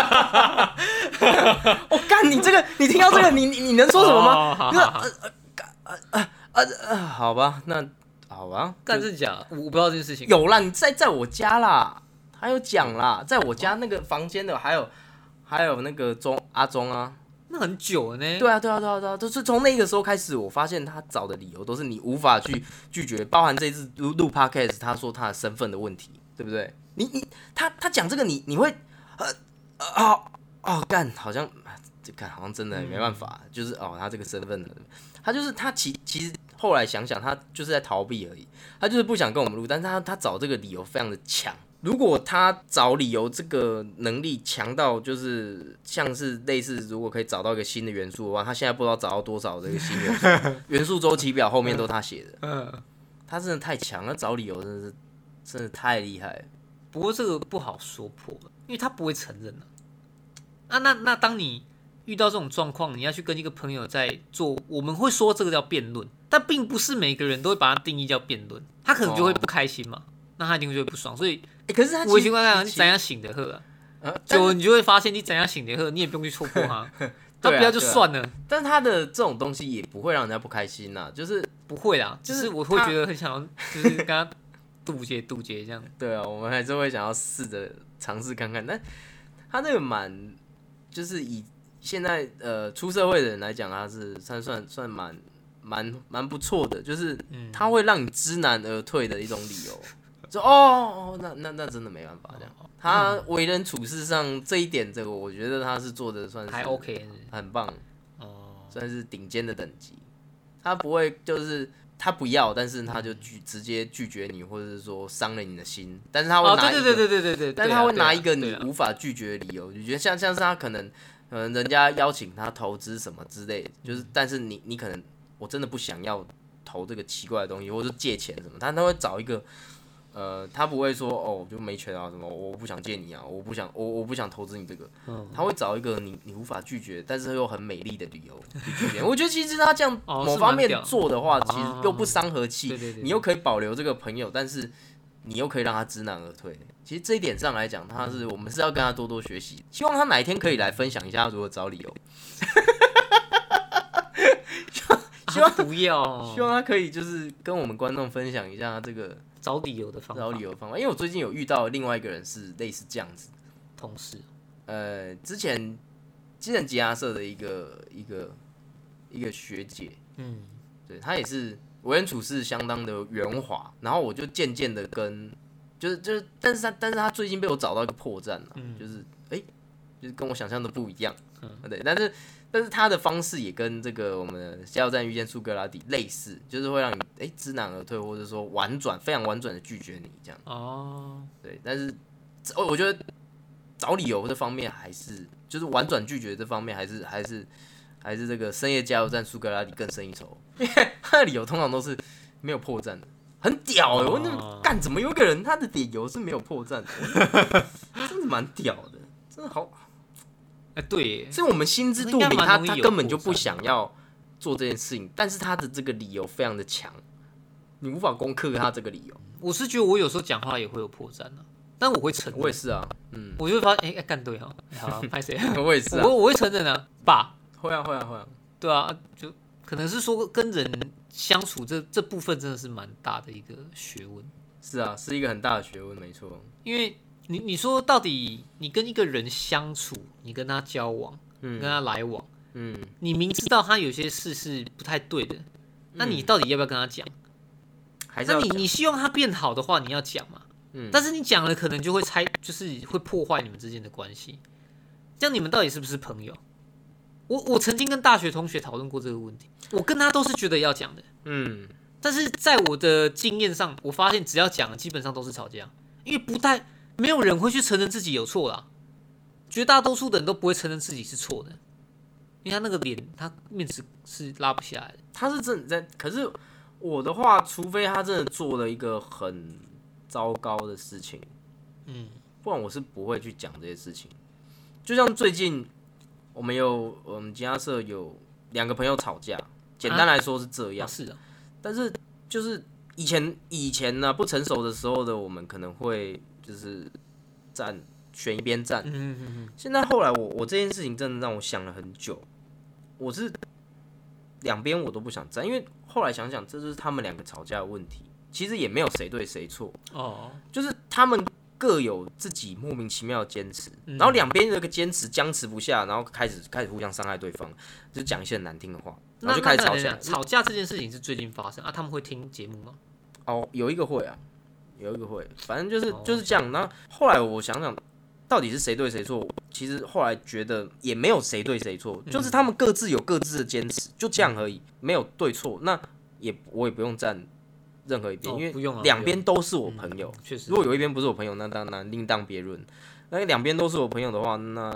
Speaker 1: 我干、你这个，你听到这个，你你你能说什么吗？
Speaker 2: 哦好
Speaker 1: 那
Speaker 2: 好好
Speaker 1: 呃好吧，那好吧，
Speaker 2: 干是假，我我不知道这件事情。
Speaker 1: 有啦，你在在我家啦，还有讲啦，在我家那个房间的，还有还有那个钟阿钟啊，
Speaker 2: 那很久了呢。
Speaker 1: 对啊，对啊，对啊，对啊，就是从那个时候开始，我发现他找的理由都是你无法去拒绝，包含这一次录录 podcast，他说他的身份的问题，对不对？你你他他讲这个你，你会呃呃哦哦干，好像啊这干好像真的没办法，就是哦他这个身份，他就是他其其实后来想想，他就是在逃避而已，他就是不想跟我们录，但是他他找这个理由非常的强。如果他找理由这个能力强到，就是像是类似，如果可以找到一个新的元素的话，他现在不知道找到多少这个新元素， 元素周期表后面都他写的，
Speaker 2: 嗯，
Speaker 1: 他真的太强了，找理由真的是真的太厉害了。
Speaker 2: 不过这个不好说破，因为他不会承认的、啊。那那当你遇到这种状况，你要去跟一个朋友在做，我们会说这个叫辩论，但并不是每个人都会把它定义叫辩论，他可能就会不开心
Speaker 1: 哦
Speaker 2: 嘛。那他一定就会不爽，所以
Speaker 1: 欸可是他
Speaker 2: 我
Speaker 1: 其
Speaker 2: 习
Speaker 1: 实
Speaker 2: 惯讲你
Speaker 1: 其实
Speaker 2: 怎样醒的喝、啊，
Speaker 1: 呃但
Speaker 2: 就你就会发现你怎样醒的喝，你也不用去戳破他，他
Speaker 1: 对啊
Speaker 2: 不要就
Speaker 1: 对啊
Speaker 2: 算了，
Speaker 1: 但他的这种东西也不会让人家不开心呐、就是
Speaker 2: 不会啦，就
Speaker 1: 就是
Speaker 2: 是我会
Speaker 1: 他
Speaker 2: 觉得很想要，就是跟他渡劫渡劫这样。
Speaker 1: 对啊，我们还是会想要试着尝试看看，但他那个蛮就是以现在呃出社会的人来讲，他是算算算蛮蛮蛮不错的，就是
Speaker 2: 嗯
Speaker 1: 他会让你知难而退的一种理由。就哦哦，那那那真的没办法这样。
Speaker 2: 哦
Speaker 1: 他
Speaker 2: 嗯
Speaker 1: 为人处事上这一点，这个我觉得他是做的 算是
Speaker 2: 还 OK 是不是
Speaker 1: 很棒，
Speaker 2: 哦，
Speaker 1: 算是顶尖的等级。他不会就是他不要，但是他就拒直接拒绝你，或者是说伤了你的心，但是他会
Speaker 2: 哦，
Speaker 1: 拿一个、
Speaker 2: 对对对对对对对，
Speaker 1: 但
Speaker 2: 对
Speaker 1: 他
Speaker 2: 啊
Speaker 1: 会
Speaker 2: 对啊
Speaker 1: 拿一个
Speaker 2: 对
Speaker 1: 你
Speaker 2: 啊
Speaker 1: 无法拒绝的理由，你觉得像像是他可能，可能人家邀请他投资什么之类的，就是但是你你可能我真的不想要投这个奇怪的东西，或者是借钱什么，他他会找一个，呃，他不会说哦我就没钱啊什么，我不想借你啊，我不想我我不想投资你这个，
Speaker 2: 嗯
Speaker 1: 他会找一个你你无法拒绝，但是又很美丽的理由去拒绝。我觉得其实他这样
Speaker 2: 哦
Speaker 1: 某
Speaker 2: 是
Speaker 1: 方
Speaker 2: 蛮
Speaker 1: 面
Speaker 2: 屌的
Speaker 1: 做的话，其实
Speaker 2: 啊
Speaker 1: 又不伤和气，
Speaker 2: 对对对
Speaker 1: 你又可以保留这个朋友，但是你又可以让他知难而退。其实这一点上来讲，他
Speaker 2: 嗯
Speaker 1: 是我们是要跟他多多学习，希望他哪一天可以来分享一下他如何找理由。 希望
Speaker 2: 不要
Speaker 1: 希望他可以就是跟我们观众分享一下这个
Speaker 2: 找理由的方 法。
Speaker 1: 找理由方法，因为我最近有遇到另外一个人是类似这样子，
Speaker 2: 同事
Speaker 1: 呃，之前之前吉亚社啊的一个一个一个学姐，
Speaker 2: 嗯，
Speaker 1: 对她也是为人处事相当的圆滑，然后我就渐渐的跟就是就是，但是她但是她最近被我找到一个破绽了、就是哎、诶就是跟我想象的不一样，对，但是但是她的方式也跟这个我们的加油站遇见苏格拉底类似，就是会让你哎、诶知难而退，或者说婉转非常婉转的拒绝你这样。
Speaker 2: 哦，
Speaker 1: 对，但是这我我觉得找理由这方面还是就是婉转拒绝这方面还是还是还是这个深夜加油站苏格拉底更胜一筹，因为 他的理由通常都是没有破绽的，很屌哎、我那么
Speaker 2: 哦
Speaker 1: 干怎么有一个人他的理由是没有破绽的，真的蛮屌的，真的好，
Speaker 2: 哎，对耶，
Speaker 1: 所以我们心知肚
Speaker 2: 应
Speaker 1: 明
Speaker 2: 该蛮
Speaker 1: 他
Speaker 2: 容易
Speaker 1: 他
Speaker 2: 有
Speaker 1: 根本就
Speaker 2: 破
Speaker 1: 不
Speaker 2: 绽
Speaker 1: 想
Speaker 2: 的
Speaker 1: 要做这件事情，但是他的这个理由非常的强，你无法攻克他这个理由，
Speaker 2: 我是觉得我有时候讲话也会有破绽啊，但我会承
Speaker 1: 我也
Speaker 2: 认，
Speaker 1: 是啊， 嗯，
Speaker 2: 我就会发现，哎，哎干对哈，好 啊，拍谁？
Speaker 1: 我也是啊，
Speaker 2: 我我会承认啊，爸，
Speaker 1: 会啊会啊会啊。
Speaker 2: 对啊，就可能是说跟人相处这这部分真的是蛮大的一个学问，
Speaker 1: 是啊，是一个很大的学问，没错。
Speaker 2: 因为你你说到底你跟一个人相处，你跟他交往，你
Speaker 1: 嗯
Speaker 2: 跟他来往，
Speaker 1: 嗯，
Speaker 2: 你明知道他有些事是不太对的，那你到底要不要跟他讲？
Speaker 1: 还是
Speaker 2: 那
Speaker 1: 要
Speaker 2: 你
Speaker 1: 讲
Speaker 2: 你希望他变好的话，你要讲嘛。
Speaker 1: 嗯
Speaker 2: 但是你讲了，可能就会拆，就是会破坏你们之间的关系。这样你们到底是不是朋友？我我曾经跟大学同学讨论过这个问题，我跟他都是觉得要讲的，
Speaker 1: 嗯，
Speaker 2: 但是在我的经验上，我发现只要讲了，基本上都是吵架，因为不太没有人会去承认自己有错啦。绝大多数的人都不会承认自己是错的，因为他那个脸，他面子是拉不下来的。
Speaker 1: 他是真的在，可是我的话，除非他真的做了一个很糟糕的事情，
Speaker 2: 嗯，
Speaker 1: 不然我是不会去讲这些事情。就像最近我们有我们吉他社有两个朋友吵架，简单来说是这
Speaker 2: 啊
Speaker 1: 样，
Speaker 2: 是啊，
Speaker 1: 但是就是以前以前呢、不成熟的时候的我们可能会就是站选一边站，
Speaker 2: 嗯嗯嗯
Speaker 1: 现在后来我我这件事情真的让我想了很久，我是两边我都不想站，因为后来想想，这就是他们两个吵架的问题，其实也没有谁对谁错，
Speaker 2: 嗯，哦，
Speaker 1: 就是他们各有自己莫名其妙的坚持，
Speaker 2: 嗯
Speaker 1: 然后两边有一个坚持僵持不下，然后开始开始互相伤害对方，就讲一些很难听的话，然
Speaker 2: 那
Speaker 1: 后就开始
Speaker 2: 那
Speaker 1: 吵
Speaker 2: 等
Speaker 1: 起
Speaker 2: 等
Speaker 1: 来。
Speaker 2: 吵架这件事情是最近发生啊？他们会听节目吗？
Speaker 1: 哦，有一个会啊，有一个会，反正就是
Speaker 2: 哦
Speaker 1: 就是这样。然后后来我想想，到底是谁对谁错？其实后来觉得也没有谁对谁错，
Speaker 2: 嗯
Speaker 1: 就是他们各自有各自的坚持，就这样而已，没有对错。那也我也不用站任何一边，
Speaker 2: 哦
Speaker 1: 因
Speaker 2: 不
Speaker 1: 为
Speaker 2: 用啊
Speaker 1: 两
Speaker 2: 不用嗯
Speaker 1: 边都是我朋友。
Speaker 2: 确实
Speaker 1: 如，果有一边不是我朋友，那当然另当别论。那两边都是我朋友的话，那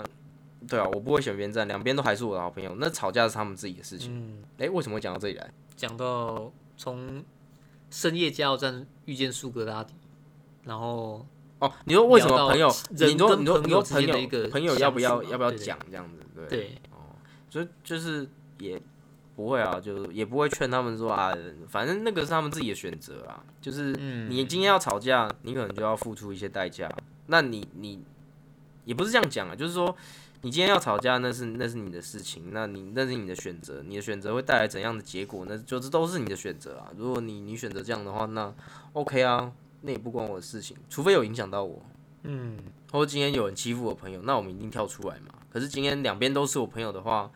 Speaker 1: 对啊，我不会选边站，两边都还是我的好朋友。那吵架是他们自己的事情。
Speaker 2: 嗯，
Speaker 1: 诶，为什么会讲到这里来？
Speaker 2: 讲到从深夜加油站遇见苏格拉底，然后
Speaker 1: 哦，你说为什
Speaker 2: 聊
Speaker 1: 么
Speaker 2: 到
Speaker 1: 朋友？
Speaker 2: 人
Speaker 1: 你说
Speaker 2: 跟
Speaker 1: 你说
Speaker 2: 朋
Speaker 1: 你
Speaker 2: 友
Speaker 1: 说
Speaker 2: 之
Speaker 1: 朋
Speaker 2: 间的一
Speaker 1: 友
Speaker 2: 个
Speaker 1: 朋友要不
Speaker 2: 相
Speaker 1: 要
Speaker 2: 处嘛
Speaker 1: 要不要
Speaker 2: 对
Speaker 1: 讲这样子？对，
Speaker 2: 对，
Speaker 1: 就就是也不会啊，就也不会劝他们说啊，反正那个是他们自己的选择啊。就是
Speaker 2: 嗯
Speaker 1: 你今天要吵架，你可能就要付出一些代价。那你你也不是这样讲啊，就是说你今天要吵架，那是那是你的事情，那你那是你的选择，你的选择会带来怎样的结果，那就是都是你的选择啊。如果你你选择这样的话，那 OK 啊，那也不关我的事情，除非有影响到我。
Speaker 2: 嗯，
Speaker 1: 或者今天有人欺负我朋友，那我们一定跳出来嘛。可是今天两边都是我朋友的话，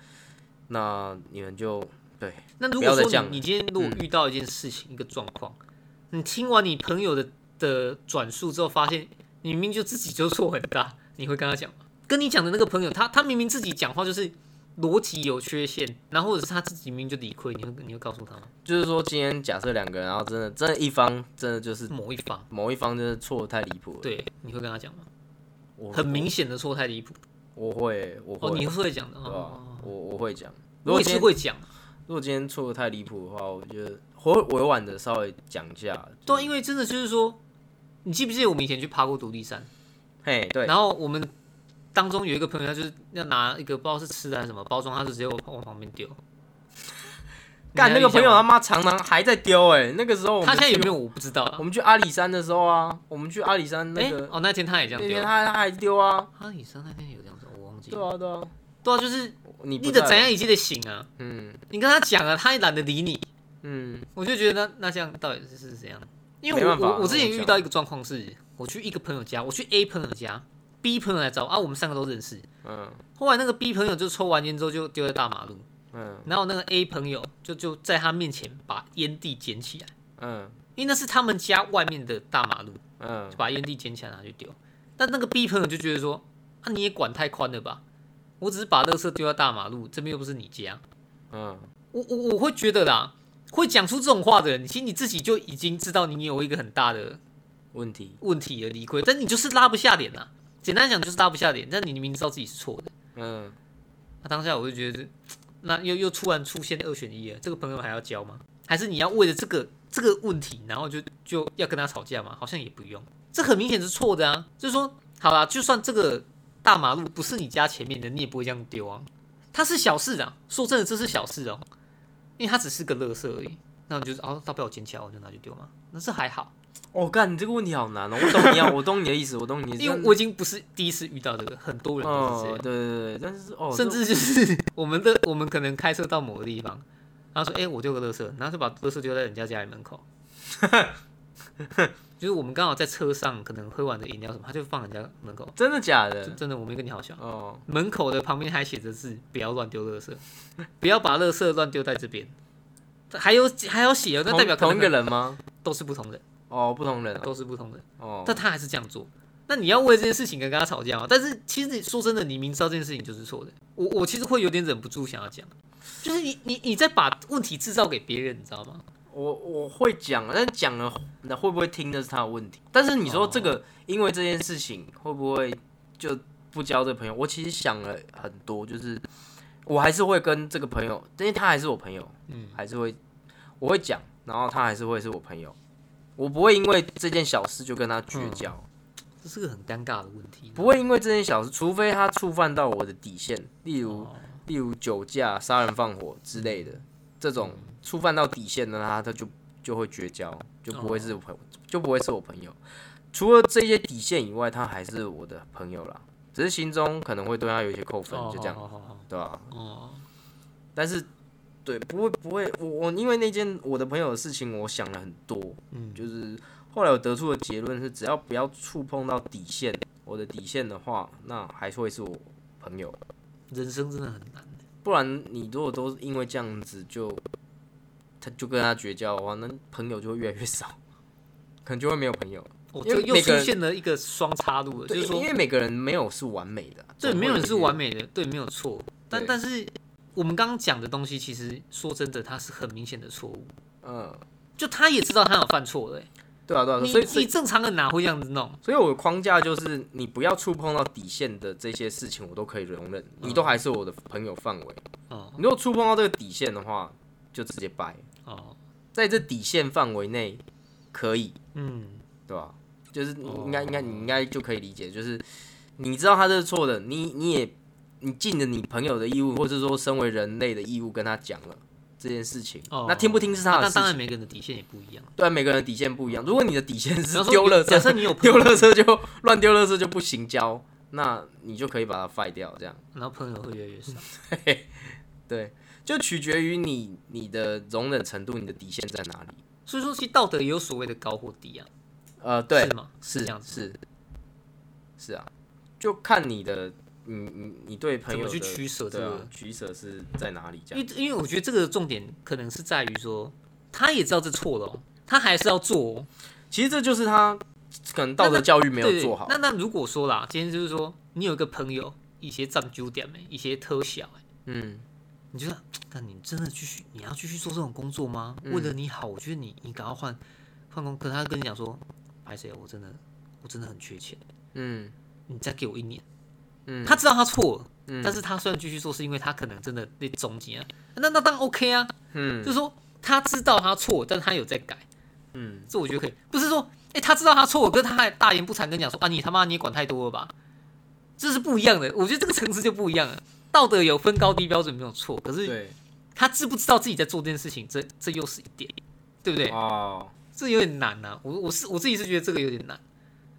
Speaker 1: 那你们就对
Speaker 2: 那如
Speaker 1: 不要
Speaker 2: 果
Speaker 1: 再
Speaker 2: 说
Speaker 1: 讲
Speaker 2: 你你今天如果
Speaker 1: 嗯
Speaker 2: 遇到一件事情、一个状况，你听完你朋友的的转述之后，发现你明明就自己就错很大，你会跟他讲吗？跟你讲的那个朋友，他他明明自己讲话就是逻辑有缺陷，然后或者是他自己明明就理亏，你会你会告诉他吗？
Speaker 1: 就是说，今天假设两个人，然后真的真的一方真的就是
Speaker 2: 某一方，
Speaker 1: 某一方真的错的太离谱了，
Speaker 2: 对，你会跟他讲吗？
Speaker 1: 我
Speaker 2: 很明显的错太离谱
Speaker 1: 我，我会我会，
Speaker 2: 哦，你会讲的
Speaker 1: 对吧
Speaker 2: 哦。？
Speaker 1: 我我会讲。如
Speaker 2: 我
Speaker 1: 果
Speaker 2: 也
Speaker 1: 今
Speaker 2: 是
Speaker 1: 天
Speaker 2: 会讲，
Speaker 1: 如果今天错的太离谱的话，我觉得我会委婉的稍微讲一下。
Speaker 2: 对啊，因为真的就是说，你记不记得我们以前去爬过独立山？
Speaker 1: 嘿，对，
Speaker 2: 然后我们当中有一个朋友，他就是要拿一个不知道是吃的还是什么包装，他就直接往往旁边丢。
Speaker 1: 干
Speaker 2: 你
Speaker 1: 那
Speaker 2: 还
Speaker 1: 个
Speaker 2: 有印象
Speaker 1: 朋友他
Speaker 2: 吗
Speaker 1: 妈常常还在丢哎、那个时候我们
Speaker 2: 他现在有
Speaker 1: 去
Speaker 2: 没有我不知道啊
Speaker 1: 我。们去阿里山的时候啊，我们去阿里山
Speaker 2: 哎、
Speaker 1: 那个、
Speaker 2: 哦，那天他也这样
Speaker 1: 那天
Speaker 2: 丢。
Speaker 1: 他他还丢啊，
Speaker 2: 阿里山那天有这样子，我忘记
Speaker 1: 对
Speaker 2: 了。
Speaker 1: 啊对啊。
Speaker 2: 对啊，就是
Speaker 1: 你不
Speaker 2: 你得
Speaker 1: 在吧
Speaker 2: 怎样？一记得醒啊！
Speaker 1: 嗯
Speaker 2: 你跟他讲啊，他也懒得理你。
Speaker 1: 嗯
Speaker 2: 我就觉得那那这样到底是是怎样？因为
Speaker 1: 没
Speaker 2: 我
Speaker 1: 办法啊
Speaker 2: 我我之前
Speaker 1: 我
Speaker 2: 遇
Speaker 1: 讲
Speaker 2: 到一个状况是，我去一个朋友家，我去 A 朋友家，B 朋友来找我啊，我们三个都认识。
Speaker 1: 嗯
Speaker 2: 后来那个 B 朋友就抽完烟之后就丢在大马路，
Speaker 1: 嗯
Speaker 2: 然后那个 A 朋友就就在他面前把烟蒂捡起来，
Speaker 1: 嗯
Speaker 2: 因为那是他们家外面的大马路，
Speaker 1: 嗯
Speaker 2: 就把烟蒂捡起来拿去丢。但那个 B 朋友就觉得说，啊你也管太宽了吧，我只是把垃圾丢在大马路，这边又不是你家。
Speaker 1: 嗯，
Speaker 2: 我我我会觉得啦，会讲出这种话的人，其实你自己就已经知道你有一个很大的
Speaker 1: 问题
Speaker 2: 问题而理亏，但你就是拉不下脸呐、简单讲就是拉不下脸，但你明明知道自己是错的，
Speaker 1: 嗯
Speaker 2: 那、当下我就觉得，那又又突然出现二选一了，这个朋友还要交吗？还是你要为了这个这个问题，然后就就要跟他吵架吗？好像也不用，这很明显是错的啊。就是说，好啦，就算这个大马路不是你家前面的，你也不会这样丢啊。它是小事啊，说真的，这是小事哦、因为它只是个垃圾而已。那你就是哦，大不了捡起来我就拿去丢嘛，那这还好。
Speaker 1: 哦，干你这个问题好难哦，我懂你啊，我懂你的意思，我懂你的意思，
Speaker 2: 因为我已经不是第一次遇到这个，很多人都是这
Speaker 1: 哦，
Speaker 2: 样，
Speaker 1: 对对对，但是哦，
Speaker 2: 甚至就是 我们的我们可能开车到某个地方，然后说：“哎、我丢个垃圾。”然后就把垃圾丢在人家家里门口。 就是我们刚好在车上，可能喝完的饮料什么，他就放人家门口。
Speaker 1: 真的假
Speaker 2: 就
Speaker 1: 的？
Speaker 2: 真的，我没跟你好笑。
Speaker 1: 哦，
Speaker 2: 门口的旁边还写着字：“不要乱丢垃圾，不要把垃圾乱丢在这边。”还有还有写哦，那代表可
Speaker 1: 同同
Speaker 2: 能
Speaker 1: 一个人吗？
Speaker 2: 都是不同人，
Speaker 1: 哦，不同人啊
Speaker 2: 都是不同人。
Speaker 1: 哦，
Speaker 2: 但他还是这样做。那你要为这件事情跟跟他吵架吗？但是其实你说真的，你明知道这件事情就是错的，我我其实会有点忍不住想要讲，就是你你你在把问题制造给别人，你知道吗？
Speaker 1: 我我会讲，但讲了那会不会听那是他的问题。但是你说这个，因为这件事情会不会就不交这朋友？我其实想了很多，就是我还是会跟这个朋友，因为他还是我朋友，嗯，还是会我会讲，然后他还是会是我朋友，我不会因为这件小事就跟他绝交，
Speaker 2: 这是个很尴尬的问题。
Speaker 1: 不会因为这件小事，除非他触犯到我的底线，例如、
Speaker 2: 哦
Speaker 1: 例如酒驾、杀人放火之类的，这种
Speaker 2: 嗯
Speaker 1: 触犯到底线的他，他就就会绝交，就不会
Speaker 2: 哦
Speaker 1: 是我朋友，就不会是我朋友。除了这些底线以外，他还是我的朋友啦，只是心中可能会对他有一些扣分，就这样，
Speaker 2: 哦哦
Speaker 1: 对吧、
Speaker 2: 哦哦，
Speaker 1: 但是，对，不会不会，我我因为那件我的朋友的事情，我想了很多，
Speaker 2: 嗯，
Speaker 1: 就是后来我得出的结论是，只要不要触碰到底线，我的底线的话，那还是会是我朋友。
Speaker 2: 人生真的很难。
Speaker 1: 不然你如果都是因为这样子就，他就跟他绝交的话，那朋友就会越来越少，可能就会没有朋友。
Speaker 2: 我、
Speaker 1: 因
Speaker 2: 这
Speaker 1: 为
Speaker 2: 又
Speaker 1: 每个
Speaker 2: 出
Speaker 1: 人
Speaker 2: 现了一个双叉路了，就
Speaker 1: 对，
Speaker 2: 是说
Speaker 1: 因为每个人没有是完美的，
Speaker 2: 对，没有人是完
Speaker 1: 美。
Speaker 2: 美的，对，没有错。但
Speaker 1: 对
Speaker 2: 但是我们刚刚讲的东西，其实说真的，它是很明显的错误。
Speaker 1: 嗯，
Speaker 2: 就他也知道他有犯错的、欸
Speaker 1: 对啊，对啊，
Speaker 2: 你
Speaker 1: 所以所
Speaker 2: 你
Speaker 1: 以
Speaker 2: 正常人哪会这样子弄？
Speaker 1: 所以我的框架就是，你不要触碰到底线的这些事情，我都可以容忍，你都还是我的朋友范围。
Speaker 2: 哦
Speaker 1: 你如果触碰到这个底线的话，就直接掰，
Speaker 2: 哦，
Speaker 1: 在这底线范围内可以，
Speaker 2: 嗯，
Speaker 1: 对吧？就是你
Speaker 2: 哦
Speaker 1: 应该应该你应该就可以理解，就是你知道他这是错的，你你也你尽了你朋友的义务，或者说身为人类的义务跟他讲了这件事情，
Speaker 2: 哦
Speaker 1: 那听不听是他
Speaker 2: 那
Speaker 1: 的
Speaker 2: 那
Speaker 1: 事
Speaker 2: 当然
Speaker 1: 情。
Speaker 2: 每个人的底线也不一样。
Speaker 1: 对啊，每个人的底线不一样。如果你的底线
Speaker 2: 比
Speaker 1: 是
Speaker 2: 方说
Speaker 1: 丢垃
Speaker 2: 假设
Speaker 1: 圾，
Speaker 2: 你有朋
Speaker 1: 丢
Speaker 2: 友，
Speaker 1: 垃圾就乱丢垃圾就不行交，那你就可以把它废掉，这样
Speaker 2: 然后朋友会越来越少。
Speaker 1: 对，就取决于你你的容忍程度，你的底线在哪里。
Speaker 2: 所以说，其实道德也有所谓的高或低啊，
Speaker 1: 呃，对
Speaker 2: 是，吗？
Speaker 1: 是
Speaker 2: 这样子，
Speaker 1: 是是啊，就看你的，你你你对朋
Speaker 2: 怎
Speaker 1: 友
Speaker 2: 么
Speaker 1: 的
Speaker 2: 去取舍这
Speaker 1: 对啊
Speaker 2: 个？，
Speaker 1: 取舍是在哪里？这
Speaker 2: 因
Speaker 1: 样
Speaker 2: 为因为我觉得这个重点可能是在于说，他也知道这错了哦，他还是要做哦。
Speaker 1: 其实这就是他可能道
Speaker 2: 那
Speaker 1: 德
Speaker 2: 那
Speaker 1: 教育没有
Speaker 2: 对
Speaker 1: 做好。
Speaker 2: 那那如果说啦，今天就是说，你有一个朋友，一些占九点没，一些特小欸
Speaker 1: 嗯，
Speaker 2: 你觉得，那你真的继续，你要继续做这种工作吗？
Speaker 1: 嗯
Speaker 2: 为了你好，我觉得你你赶快换换工。可他跟你讲说，白谁？我真的我真的很缺钱，
Speaker 1: 嗯
Speaker 2: 你再给我一年。
Speaker 1: 嗯
Speaker 2: 他知道他错了，
Speaker 1: 嗯
Speaker 2: 但是他虽然继续做，是因为他可能真的被中间啊，那那当然 OK 啊，
Speaker 1: 嗯
Speaker 2: 就是说他知道他错，但是他有在改，
Speaker 1: 嗯
Speaker 2: 这我觉得可以。不是说，哎、他知道他错，可是他还大言不惭跟你讲说啊，你他妈你也管太多了吧，这是不一样的。我觉得这个层次就不一样了。道德有分高低标准没有错，可是
Speaker 1: 对
Speaker 2: 他知不知道自己在做这件事情，这这又是一点，对不对？
Speaker 1: 哦
Speaker 2: 这有啊点难呐、我我是我自己是觉得这个有点难，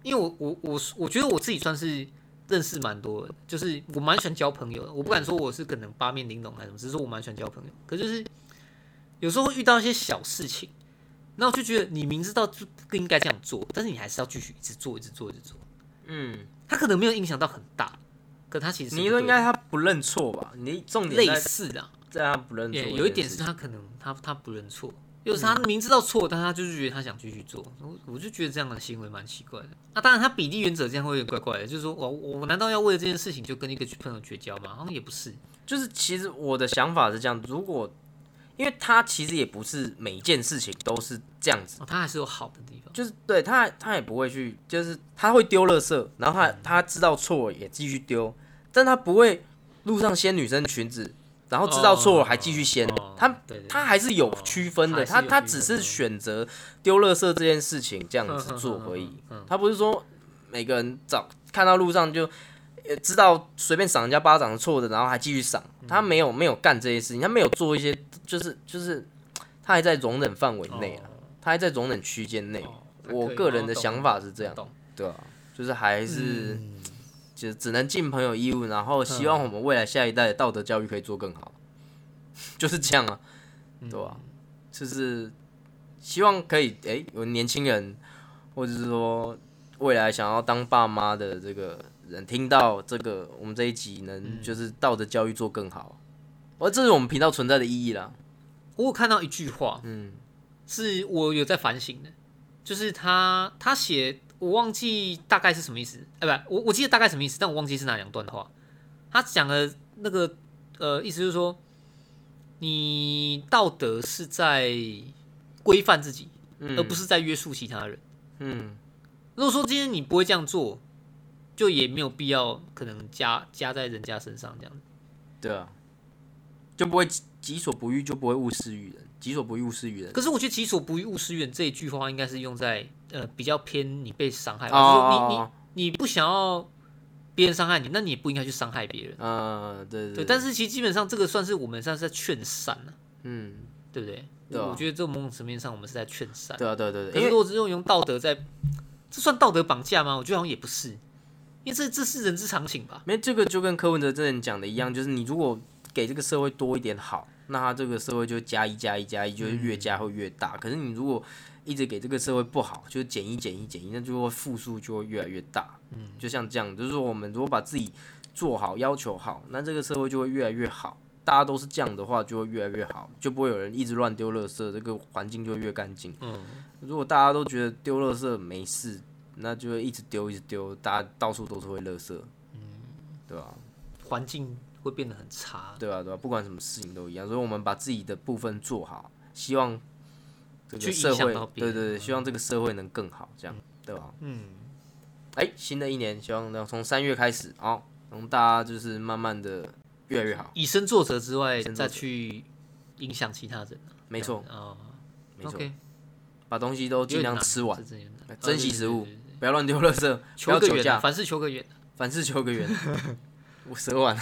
Speaker 2: 因为我我我我觉得我自己算是认识蛮多的，就是我蛮喜欢交朋友的。我不敢说我是可能八面玲珑还是什么，只是说我蛮喜欢交朋友。可就是有时候会遇到一些小事情，那我就觉得你明知道就不应该这样做，但是你还是要继续一直做，一直做，一直做。
Speaker 1: 嗯，
Speaker 2: 他可能没有影响到很大，可他其实是
Speaker 1: 你
Speaker 2: 对
Speaker 1: 说应该他不认错吧？你重点
Speaker 2: 类
Speaker 1: 在
Speaker 2: 似的啊，
Speaker 1: 在他不认错这件
Speaker 2: 也
Speaker 1: 事情，
Speaker 2: 有一点是他可能他他不认错，又是他明知道错，但他就是觉得他想继续做，我我就觉得这样的行为蛮奇怪的。那、当然，他比例原则这样会有点怪怪的，就是说我我我难道要为了这件事情就跟一个朋友绝交吗？好像也不是，
Speaker 1: 就是其实我的想法是这样，如果因为他其实也不是每一件事情都是这样子，
Speaker 2: 哦，他还是有好的地方。
Speaker 1: 就是对他他也不会去，就是他会丢垃圾，然后他他知道错了也继续丢，但他不会路上掀女生裙子，然后知道错了还继续掀，
Speaker 2: 哦
Speaker 1: 他
Speaker 2: 对对
Speaker 1: 他还是有区分的，
Speaker 2: 哦
Speaker 1: 他
Speaker 2: 还是有
Speaker 1: 他
Speaker 2: 区分
Speaker 1: 只是
Speaker 2: 的
Speaker 1: 选择丢垃圾这件事情这样子做而已，他不是说每个人找看到路上就。呃知道随便赏人家巴掌是错的，然后还继续赏，他没有没有干这些事情，他没有做一些，就是就是，他还在容忍范围内啊，他还在容忍区间内。
Speaker 2: 哦
Speaker 1: 我个人的想法是这样，
Speaker 2: 懂
Speaker 1: 对啊，就是还是、
Speaker 2: 嗯
Speaker 1: 就只能尽朋友义务，然后希望我们未来下一代的道德教育可以做更好， 就是这样啊，对吧、就是希望可以，哎、有年轻人，或者是说未来想要当爸妈的这个人，听到这个我们这一集能就是道德教育做更好，而这是我们频道存在的意义啦。
Speaker 2: 我有看到一句话，
Speaker 1: 嗯，
Speaker 2: 是我有在反省的，就是他他写我忘记大概是什么意思，哎、不，我我记得大概什么意思，但我忘记是哪两段话。他讲的那个呃，意思就是说，你道德是在规范自己，而不是在约束其他人。
Speaker 1: 嗯
Speaker 2: 如果说今天你不会这样做，就也没有必要可能加加在人家身上这样。
Speaker 1: 对啊，就不会己己所不欲，就不会勿施于人；己所不欲，勿施于人。
Speaker 2: 可是我觉得“己所不欲，勿施于人”这一句话应该是用在呃比较偏你被伤害，就是你你
Speaker 1: 哦
Speaker 2: 你不想要别人伤害你，那你也不应该去伤害别人。
Speaker 1: 嗯，对对
Speaker 2: 对，但是其实基本上这个算是我们算是在劝善啊，
Speaker 1: 嗯，
Speaker 2: 对不对？
Speaker 1: 对啊
Speaker 2: 我觉得这某种层面上我们是在劝善。
Speaker 1: 对啊，对对
Speaker 2: 可
Speaker 1: 对，
Speaker 2: 是
Speaker 1: 因
Speaker 2: 如
Speaker 1: 为
Speaker 2: 果只用用道德在，这算道德绑架吗？我觉得好像也不是，因为这这是人之常情吧。
Speaker 1: 没这个就跟柯文哲之前讲的一样，就是你如果给这个社会多一点好，那他这个社会就加一加一加一，就是越加会越大。可是你如果一直给这个社会不好，就是减一减一减一，那就会负数就会越来越大。嗯，就像这样，就是说我们如果把自己做好，要求好，那这个社会就会越来越好。大家都是这样的话，就会越来越好，就不会有人一直乱丢垃圾，这个环境就会越干净。
Speaker 2: 嗯，
Speaker 1: 如果大家都觉得丢垃圾没事，那就会一直丢一直丢，大家到处都是会垃圾，嗯，对吧、
Speaker 2: 环境会变得很差。
Speaker 1: 对吧、啊对吧、不管什么事情都一样，所以我们把自己的部分做好，希望这
Speaker 2: 去
Speaker 1: 个社
Speaker 2: 影
Speaker 1: 会
Speaker 2: 响到，别
Speaker 1: 对对
Speaker 2: 人
Speaker 1: 对，希望这个社会能更好，这样，对吧、
Speaker 2: 嗯，
Speaker 1: 哎、新的一年，希望能从三月开始哦，从大家就是慢慢的越来越好，
Speaker 2: 以身作则之外，
Speaker 1: 身作
Speaker 2: 再
Speaker 1: 则
Speaker 2: 去影响其他人啊。
Speaker 1: 没错
Speaker 2: 这样啊，
Speaker 1: 没错
Speaker 2: OK，
Speaker 1: 把东西都尽量吃完，哎
Speaker 2: 有点难，这真
Speaker 1: 珍
Speaker 2: 有点难
Speaker 1: 惜
Speaker 2: 啊对
Speaker 1: 食物
Speaker 2: 对对对
Speaker 1: 不要乱丢垃圾， 不
Speaker 2: 求
Speaker 1: 要
Speaker 2: 个
Speaker 1: 酒
Speaker 2: 远啊，
Speaker 1: 驾，
Speaker 2: 凡事求个远啊，
Speaker 1: 凡事求个圆， 我蛇 丸，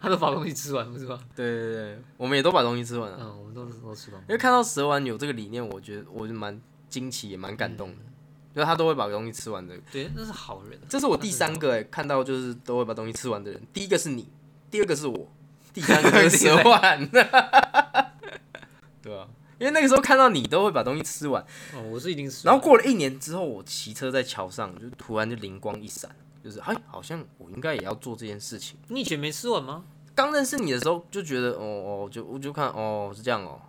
Speaker 2: 他都把东西吃完，不是吗？
Speaker 1: 对对对，我们也都把东西吃完了。
Speaker 2: 嗯，我们都都吃完
Speaker 1: 因。为看到蛇丸有这个理念，我觉得我就蛮惊奇，也蛮感动的。
Speaker 2: 嗯
Speaker 1: 就是他都会把东西吃完的，
Speaker 2: 对，那是好人啊。
Speaker 1: 这是我第三个哎、看到就是都会把东西吃完的人。第一个是 你，第二个是我，第三个是蛇丸。对啊，因为那个时候看到你都会把东西吃完，
Speaker 2: 哦，我是一定吃
Speaker 1: 然
Speaker 2: 完。
Speaker 1: 后过了一年之后，我骑车在桥上，就突然就灵光一闪，就是哎，好像我应该也要做这件事情。
Speaker 2: 你以前没吃完吗？
Speaker 1: 刚认识你的时候就觉得，哦哦，就我就看，哦是这样哦，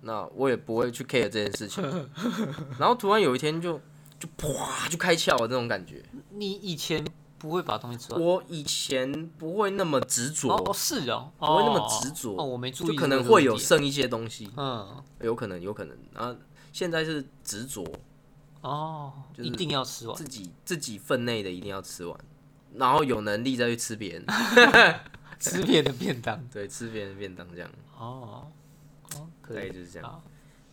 Speaker 1: 那我也不会去 care 这件事 情。然后突然有一天就就啪就开窍了那种感觉。
Speaker 2: 你以前不会把东西吃完。
Speaker 1: 我以前不会那么执
Speaker 2: 哦，哦
Speaker 1: 着，
Speaker 2: 是哦，
Speaker 1: 不会那么
Speaker 2: 哦
Speaker 1: 执着
Speaker 2: 哦，我没注
Speaker 1: 就
Speaker 2: 意，
Speaker 1: 可能会有。剩一些东西，
Speaker 2: 嗯，
Speaker 1: 有可能有可能。然后现在是执着，
Speaker 2: 哦，
Speaker 1: 就是
Speaker 2: 一定要吃完。
Speaker 1: 自己自己分内的一定要吃完，然后有能力再去吃别人，
Speaker 2: 吃别的便当。
Speaker 1: 对，吃别人的便当这样，
Speaker 2: 哦，哦，
Speaker 1: 大
Speaker 2: 可
Speaker 1: 概
Speaker 2: 以。
Speaker 1: 就是这样。
Speaker 2: 好，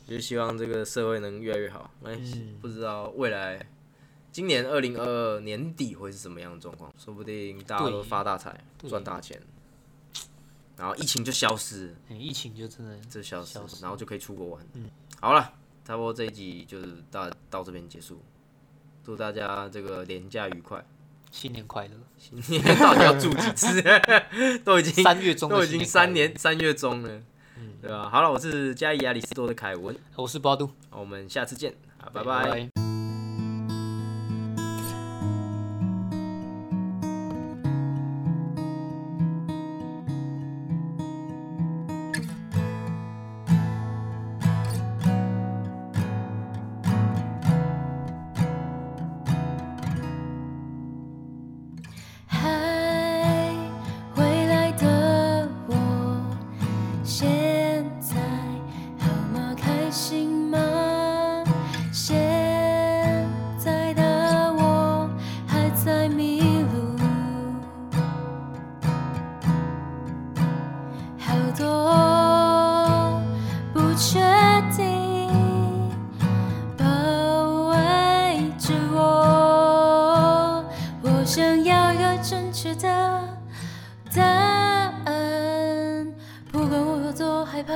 Speaker 1: 就希望这个社会能越来越好。那、
Speaker 2: 嗯
Speaker 1: 不知道未来今年二零二二年底会是什么样的状况？说不定大家都
Speaker 2: 对
Speaker 1: 发大财，
Speaker 2: 对
Speaker 1: 赚大钱，然后疫情就消失，
Speaker 2: 哎疫情就真的
Speaker 1: 这消失，
Speaker 2: 消失嗯
Speaker 1: 然后就可以出国玩。好了，差不多这一集就是到到这边结束。祝大家这个年假愉快，
Speaker 2: 新年快乐！
Speaker 1: 新年到底要住几次？ 都已经
Speaker 2: 三月中的
Speaker 1: 都已
Speaker 2: 新
Speaker 1: 经
Speaker 2: 快乐
Speaker 1: 三，年三月中了，
Speaker 2: 嗯
Speaker 1: 对吧、好了，我是加里亚里斯多的凯文，
Speaker 2: 我是包都，
Speaker 1: 我们下次见，啊，拜
Speaker 2: 拜
Speaker 1: 拜。
Speaker 2: 拜
Speaker 3: 嗨，未来的我，现在好吗？开心吗？现在的我还在迷路，好多不确定包围着我。我想要有正确的答案，不管我有多害怕，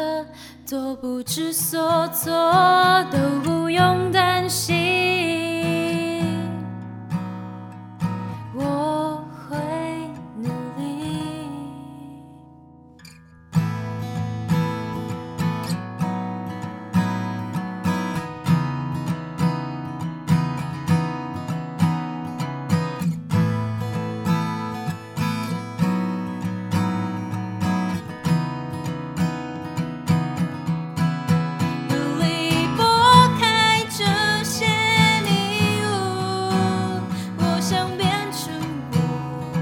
Speaker 3: 多不知所措，都不用担心。我会努力。努力拨开这些迷雾，我想变成我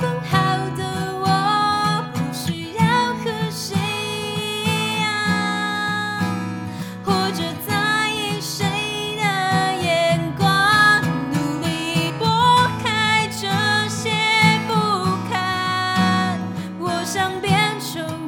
Speaker 3: 更好的我，不需要和谁一样，或者在意谁的眼光。努力拨开这些不堪，我想变成。